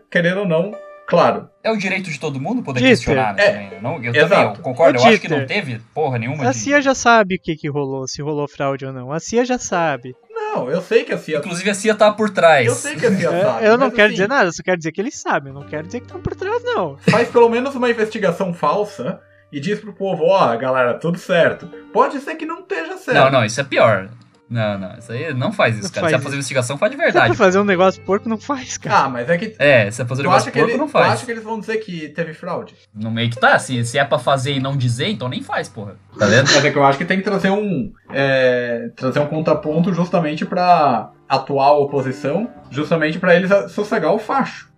E: querendo ou não, claro.
F: É o direito de todo mundo poder
D: Dieter.
F: questionar, né,
E: É,
F: também, né? Não, eu
E: exato.
F: também, eu concordo,
D: Ô,
F: eu acho que
D: Dieter,
F: não teve porra nenhuma
D: A
F: de-
D: CIA Assim já sabe o que, que rolou, se rolou fraude ou não. A CIA já sabe.
E: Não, eu sei que a CIA.
F: Inclusive a CIA tá por trás.
E: Eu sei que a CIA
D: É,
E: sabe.
D: eu não
E: mas,
D: quero
E: assim,
D: dizer nada, eu só quero dizer que eles sabem. Eu não quero dizer que estão por trás, não.
E: Faz pelo menos uma investigação falsa e diz pro povo, ó, galera, tudo certo. Pode ser que não esteja certo.
F: Não, não, isso é pior. Não, não, isso aí não faz isso,
D: Não
F: cara.
D: faz
F: se é
D: isso.
F: fazer investigação, faz de
D: Você vai
F: verdade.
D: fazer um negócio porco, não faz, cara.
E: Ah, mas é que
F: É, se é fazer
E: Tu
F: negócio
E: acha, que
F: porco,
E: ele,
F: não
E: tu
F: faz.
E: acha que eles vão dizer que teve fraude?
F: No meio que tá, se, se é pra fazer e não dizer, então nem faz, porra. Tá vendo?
E: Mas é que eu acho que tem que trazer um é, trazer um contraponto justamente pra atual oposição, justamente pra eles a- sossegar o facho.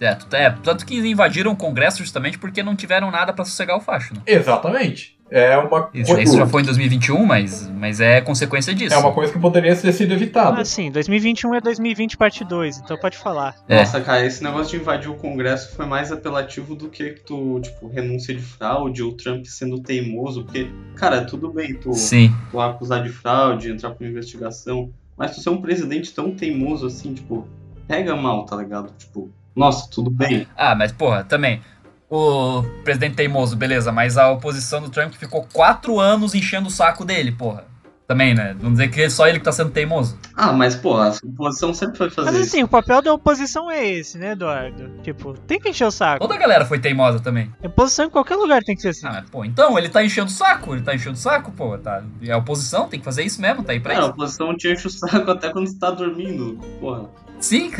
F: É, tu- é, tanto que invadiram o Congresso justamente porque não tiveram nada pra sossegar o facho, né?
E: Exatamente. É uma
F: Isso,
E: coisa,
F: isso já foi em 2021, mas, mas é consequência disso.
E: é uma coisa que poderia ter sido evitada.
D: Ah, sim, 2021 é 2020 parte 2, então pode falar.
F: É.
C: Nossa, cara, esse negócio de invadir o Congresso foi mais apelativo do que tu, tipo, renúncia de fraude ou Trump sendo teimoso, porque, cara, tudo bem tu,
F: Sim.
C: tu acusar de fraude, entrar pra investigação, mas tu ser um presidente tão teimoso assim, tipo, pega mal, tá ligado? Tipo, nossa, tudo bem.
F: Ah, mas porra, também. O presidente teimoso, beleza, mas a oposição do Trump ficou quatro anos enchendo o saco dele, porra. Também, né? Vamos dizer que é só ele que tá sendo teimoso.
C: Ah, mas, pô, a oposição sempre foi fazer
D: Mas
C: isso.
D: assim, o papel da oposição é esse, né, Eduardo? Tipo, tem que encher o saco.
F: Toda a galera foi teimosa também.
D: A oposição em qualquer lugar tem que ser assim.
F: Ah, mas, pô, então ele tá enchendo o saco, ele tá enchendo o saco, pô. Tá, é a oposição, tem que fazer isso mesmo, tá aí pra
C: Cara, a
F: isso.
C: oposição te enche o saco (laughs) até quando você tá dormindo, porra.
F: Sim,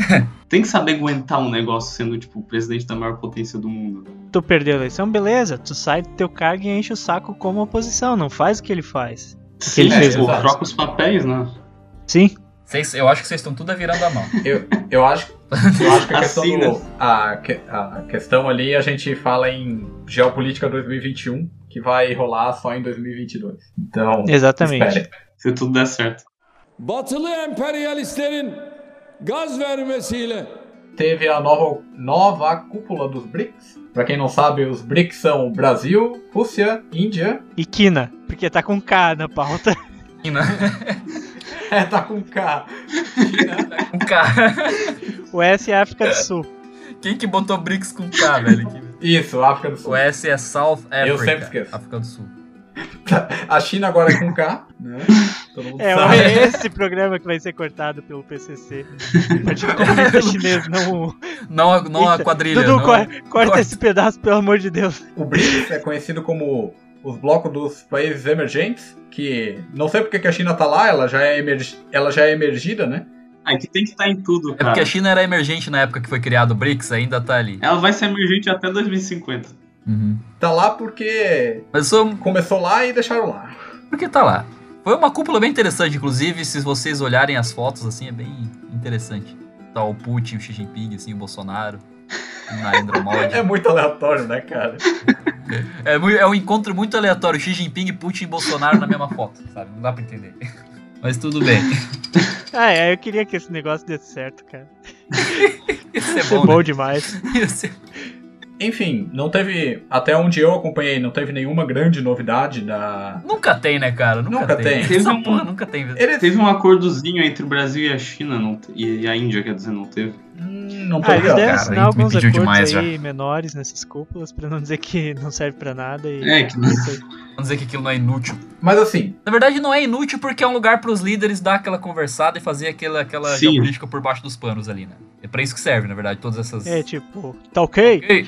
C: Tem que saber aguentar um negócio sendo, tipo, o presidente da maior potência do mundo. né?
D: Tu perdeu a eleição, beleza, tu sai do teu cargo e enche o saco como oposição, não faz o que ele faz.
C: Sim,
D: ele fez
C: pô,
E: lá.
C: É, tipo, troca os papéis, né?
D: Sim,
F: Vocês- eu acho que vocês estão tudo virando a mão.
E: Eu, eu acho, eu acho que a questão,
C: Assim,
E: do- a, que- a questão ali a gente fala em geopolítica 2021, que vai rolar só em 2022. Então,
D: exatamente.
E: espere.
C: Se tudo der certo.
H: Batılı emperyalistlerin gaz vermesiyle
E: Teve a nova, nova cúpula dos BRICS. Pra quem não sabe, os BRICS são Brasil, Rússia, Índia. (laughs)
D: E Kina, porque tá com K na pauta. (laughs)
F: né?
E: É, tá com K. China.
F: Um cara.
D: O S é África do Sul.
F: Quem que botou BRICS com K, velho?
E: Isso, África do Sul.
F: O S é South Africa.
E: Eu sempre esqueço.
F: África do Sul.
E: A China agora é com K, né? Todo mundo
D: É,
F: Tá.
E: sabe.
D: é esse programa que vai ser cortado pelo
F: (laughs)
D: PCC. Partido Comunista Chinês, não... o-
F: Não a, não a
D: Eita,
F: quadrilha.
D: Dudu, é?
F: não-
D: cor- corta,
F: corta.
D: esse pedaço, pelo amor de Deus.
E: O BRICS é conhecido como os blocos dos países emergentes, que não sei porque que a China tá lá, ela já é, emerg... ela já é emergida, né?
C: Ah, que tem que estar em tudo,
F: É porque
C: cara.
F: a China era emergente na época que foi criado o BRICS, ainda tá ali.
C: Ela vai ser emergente até 2050.
F: Uhum.
E: Tá lá porque
F: Mas isso,
E: começou lá e deixaram lá.
F: por que tá lá? Foi uma cúpula bem interessante, inclusive, se vocês olharem as fotos, assim, é bem interessante. Tá o Putin, o Xi Jinping, assim, o Bolsonaro, o Narendra Modi.
E: (laughs) É muito aleatório, né, cara?
F: É, mui- é um encontro muito aleatório, Xi Jinping, Putin e Bolsonaro na mesma foto, sabe? Não dá pra entender. Mas tudo bem.
D: Ah, é, eu queria que esse negócio desse certo, cara.
F: (laughs) Isso é
D: Isso é
F: bom,
D: bom
F: né?
D: demais.
F: Isso é-
E: Enfim, não teve. Até onde eu acompanhei, não teve nenhuma grande novidade da.
F: Nunca tem, né, cara? Nunca,
E: Nunca
F: tem.
E: tem.
F: Essa
C: Teve um-
F: porra nunca tem.
E: Eles.
C: Teve um acordozinho entre o Brasil e a China, não te- e a Índia, quer dizer, não teve.
E: Hum, Não tô
D: Ah, eles
E: ligado.
D: devem
F: cara,
D: assinar
F: me
D: alguns
F: pediu
D: acordos
F: demais
D: aí menores nessas cúpulas pra não dizer que não serve pra nada e.
C: É, que-
D: Isso aí.
F: Vamos dizer que aquilo não é inútil.
E: Mas assim,
F: Na verdade, não é inútil porque é um lugar pros líderes dar aquela conversada e fazer aquela, aquela
C: Sim.
F: geopolítica por baixo dos panos ali, né? É pra isso que serve, na verdade, todas essas.
D: É tipo, tá ok?
F: (laughs) Ei,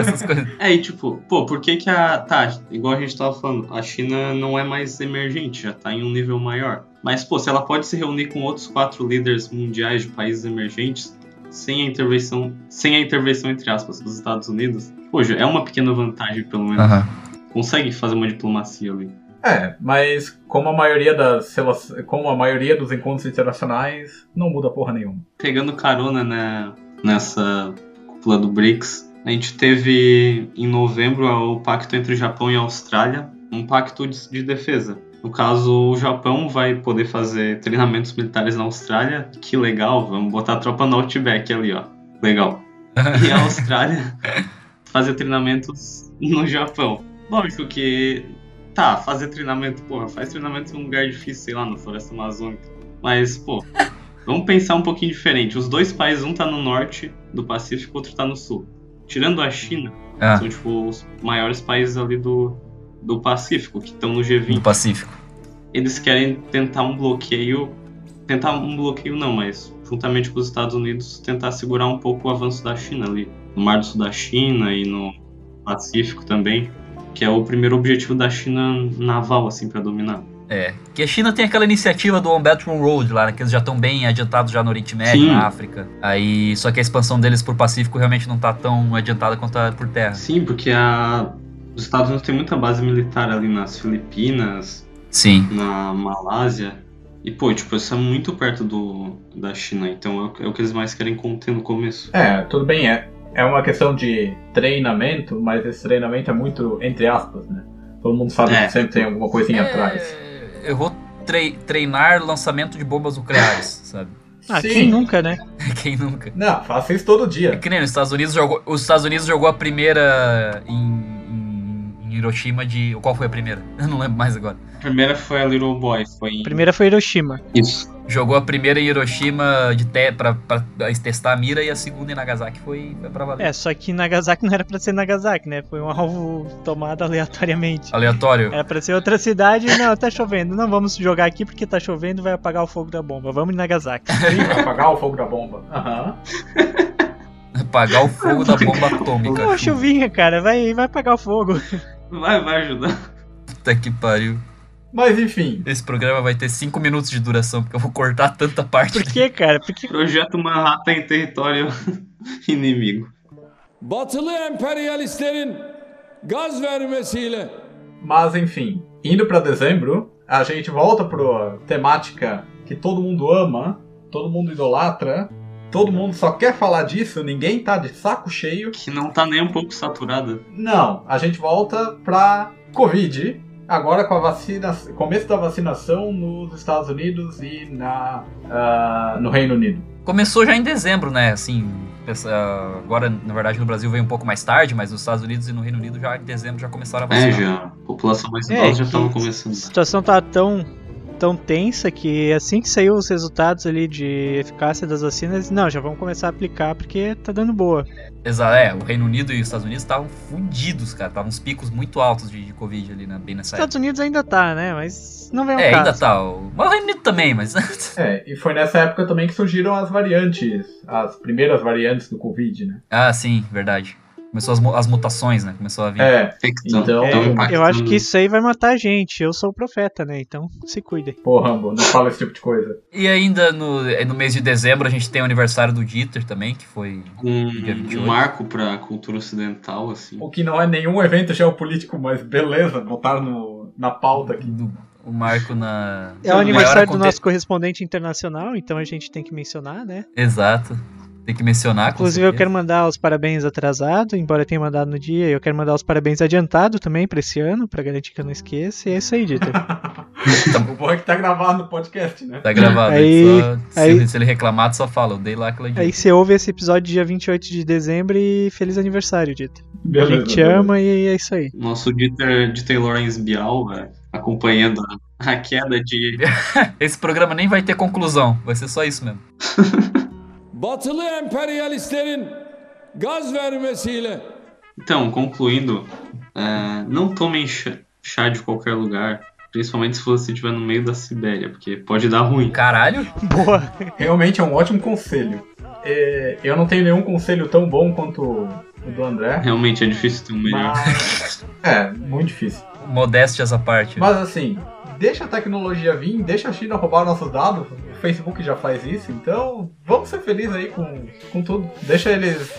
F: essas coisas.
C: É, e tipo, pô, por que que a. Tá, igual a gente tava falando, a China não é mais emergente, já tá em um nível maior. Mas, pô, se ela pode se reunir com outros quatro líderes mundiais de países emergentes sem a intervenção, sem a intervenção entre aspas, dos Estados Unidos, pô, já é uma pequena vantagem, pelo menos. Consegue fazer uma diplomacia ali.
E: é, mas como a maioria das rela- como a maioria dos encontros internacionais, não muda porra nenhuma.
C: Pegando carona na, nessa cúpula do BRICS, a gente teve em novembro o pacto entre Japão e Austrália, um pacto de, de defesa. No caso, o Japão vai poder fazer treinamentos militares na Austrália. Que legal, vamos botar a tropa no Outback ali, ó. Legal. E a Austrália fazer treinamentos no Japão. Lógico que, tá, fazer treinamento, porra, faz treinamento num lugar difícil, sei lá, na floresta amazônica. Mas, pô, Vamos pensar um pouquinho diferente. Os dois países, um tá no norte do Pacífico, outro tá no sul. Tirando a China,
F: Ah.
C: são tipo os maiores países ali do, do Pacífico, que estão no
F: Do
C: G20.
F: Pacífico.
C: Eles querem tentar um bloqueio. Tentar um bloqueio não, mas juntamente com os Estados Unidos, tentar segurar um pouco o avanço da China ali. No Mar do Sul da China e no Pacífico também. Que é o primeiro objetivo da China naval, assim, pra dominar.
F: É. Que a China tem aquela iniciativa do One Belt One Road lá, né? Que eles já estão bem adiantados já no Oriente Médio,
C: Sim.
F: na África. Aí, só que a expansão deles pro Pacífico realmente não tá tão adiantada quanto a por terra.
C: Sim, porque a- os Estados Unidos tem muita base militar ali nas Filipinas,
F: Sim.
C: na Malásia. E, pô, tipo, isso é muito perto do, da China, então é o, é o que eles mais querem conter no começo.
E: É, tudo bem, é. É uma questão de treinamento, mas esse treinamento é muito entre aspas, né? Todo mundo sabe
C: É.
E: que sempre tem alguma coisinha atrás.
F: Eu vou trei- treinar lançamento de
C: (laughs)
F: bombas nucleares, sabe?
D: Ah, quem nunca, né?
F: (laughs) Quem nunca?
E: Não, faça isso todo
F: É
E: dia.
F: que nem os Estados Unidos jogou. Os Estados Unidos jogou a primeira em, em- em Hiroshima de. Qual foi a primeira? (laughs) Eu não lembro mais agora.
C: A primeira foi a Little Boy, foi em...
D: A primeira foi Hiroshima.
C: Isso.
F: Jogou a primeira em Hiroshima de te, pra, pra testar a mira e a segunda em Nagasaki foi, foi pra valer.
D: É, só que Nagasaki não era pra ser Nagasaki, né? Foi um alvo tomado aleatoriamente.
F: Aleatório. (laughs)
D: Era pra ser outra cidade, não, tá chovendo. Não vamos jogar aqui porque tá chovendo, vai apagar o fogo da bomba. Vamos em Nagasaki.
E: Vai apagar o fogo da bomba. Aham.
F: Apagar o fogo da bomba atômica.
D: Ô, chuvinha, cara, vai, vai apagar o fogo. (laughs)
C: Vai, vai ajudar.
F: Puta que pariu.
E: Mas enfim.
F: Esse programa vai ter 5 minutos de duração, porque eu vou cortar tanta parte.
D: Por que, cara? Por que
C: Projeto Manhattan em território (laughs) inimigo.
H: Batılı emperyalistlerin gaz vermesiyle
E: Mas enfim, indo pra dezembro, a gente volta pra temática que todo mundo ama, todo mundo idolatra, todo mundo só quer falar disso, ninguém tá de saco cheio.
C: Que não tá nem um pouco saturada.
E: Não, a gente volta pra Covid, agora com a vacina, começo da vacinação nos Estados Unidos e na, ah, no Reino Unido.
F: Começou já em dezembro, né? Assim, essa- agora, na verdade, no Brasil veio um pouco mais tarde, mas nos Estados Unidos e no Reino Unido já em dezembro já começaram a vacinar.
C: É, já. A população mais
D: É,
C: idosa já
D: que-
C: tava
D: A
C: começando.
D: situação tá tão, tão tensa que assim que saiu os resultados ali de eficácia das vacinas, não, já vamos começar a aplicar porque tá dando boa.
F: Exato, é, o Reino Unido e os Estados Unidos estavam fudidos, cara. Estavam uns picos muito altos de, de Covid ali, na, bem nessa época.
D: Estados Unidos ainda tá, né? Mas não vem um
F: É,
D: caso.
F: ainda tá. O... Mas o Reino Unido também, mas. (laughs)
E: É, e foi nessa época também que surgiram as variantes, as primeiras variantes do Covid, né?
F: ah, sim, verdade. Começou as, mu- as mutações, né? Começou a vir.
E: É,
C: É que tão,
E: Então,
C: tão
E: eu
C: impactando.
D: Eu acho que isso aí vai matar a gente. Eu sou o profeta, né? Então se cuidem.
E: pô, Rambo, não fala esse tipo de coisa.
F: E ainda no, é, no mês de dezembro a gente tem o aniversário do Dieter também, que foi. Dia
C: um,
F: 28.
C: um marco pra cultura ocidental, assim.
E: O que não é nenhum evento geopolítico, mas beleza, botaram no, na pauta aqui.
F: do- o marco na.
D: É o
F: maior
D: aniversário do
F: aconte-
D: nosso correspondente internacional, então a gente tem que mencionar, né?
F: Exato. Tem que mencionar. com
D: Inclusive, eu quero
F: certeza.
D: mandar os parabéns atrasado, embora eu tenha mandado no dia. Eu quero mandar os parabéns adiantado também pra esse ano, pra garantir que eu não esqueça. E é isso aí, Dieter.
E: o bom é que tá gravado no podcast, né?
F: Tá gravado.
D: Aí-
F: só- se,
D: aí-
F: ele, se ele reclamar, tu só fala. Eu dei lá aquela dica.
D: aí você ouve esse episódio dia 28 de dezembro e feliz aniversário, Dieter. A
E: Beleza.
D: gente te ama e é isso aí.
C: Nosso Dieter, Dieter Lawrence Bial, velho, acompanhando a, a queda de.
F: Esse programa nem vai ter conclusão. Vai ser só isso mesmo.
H: Batılı emperyalistlerin gaz vermesiyle
C: Então, concluindo, é, não tomem chá, chá de qualquer lugar, principalmente se você estiver no meio da Sibéria, porque pode dar ruim.
F: Caralho.
D: Boa.
E: Realmente é um ótimo conselho. É, eu não tenho nenhum conselho tão bom quanto o do André,
C: Realmente é difícil ter um melhor.
E: mas. É, muito difícil.
F: Modéstias à parte.
E: Mas assim, deixa a tecnologia vir, deixa a China roubar nossos dados. O Facebook já faz isso, então vamos ser felizes aí com, com tudo. Deixa eles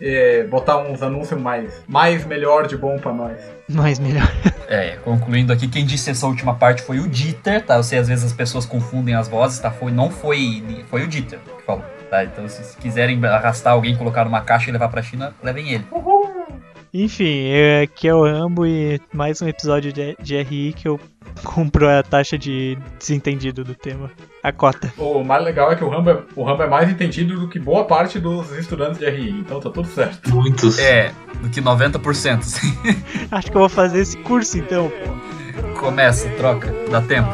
E: é, botar uns anúncios mais, mais melhor de bom pra nós.
D: Mas melhor.
F: É, concluindo aqui, quem disse essa última parte foi o Dieter, tá? Eu sei, às vezes as pessoas confundem as vozes, tá? Foi, não foi. Foi o Dieter que falou, tá? Então, se, se quiserem arrastar alguém, colocar numa caixa e levar pra China, levem ele.
D: Enfim, é, aqui é o Rambo e mais um episódio de, de RI que eu cumpro a taxa de desentendido do tema. A cota.
E: O mais legal é que o Rambo é, o Rambo é mais entendido do que boa parte dos estudantes de RI, então tá tudo certo.
C: Muitos.
F: É, do que 90%. Assim.
D: Acho que eu vou fazer esse curso então.
F: Começa, troca, dá tempo.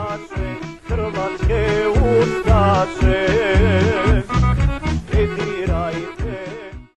I: Hrvatske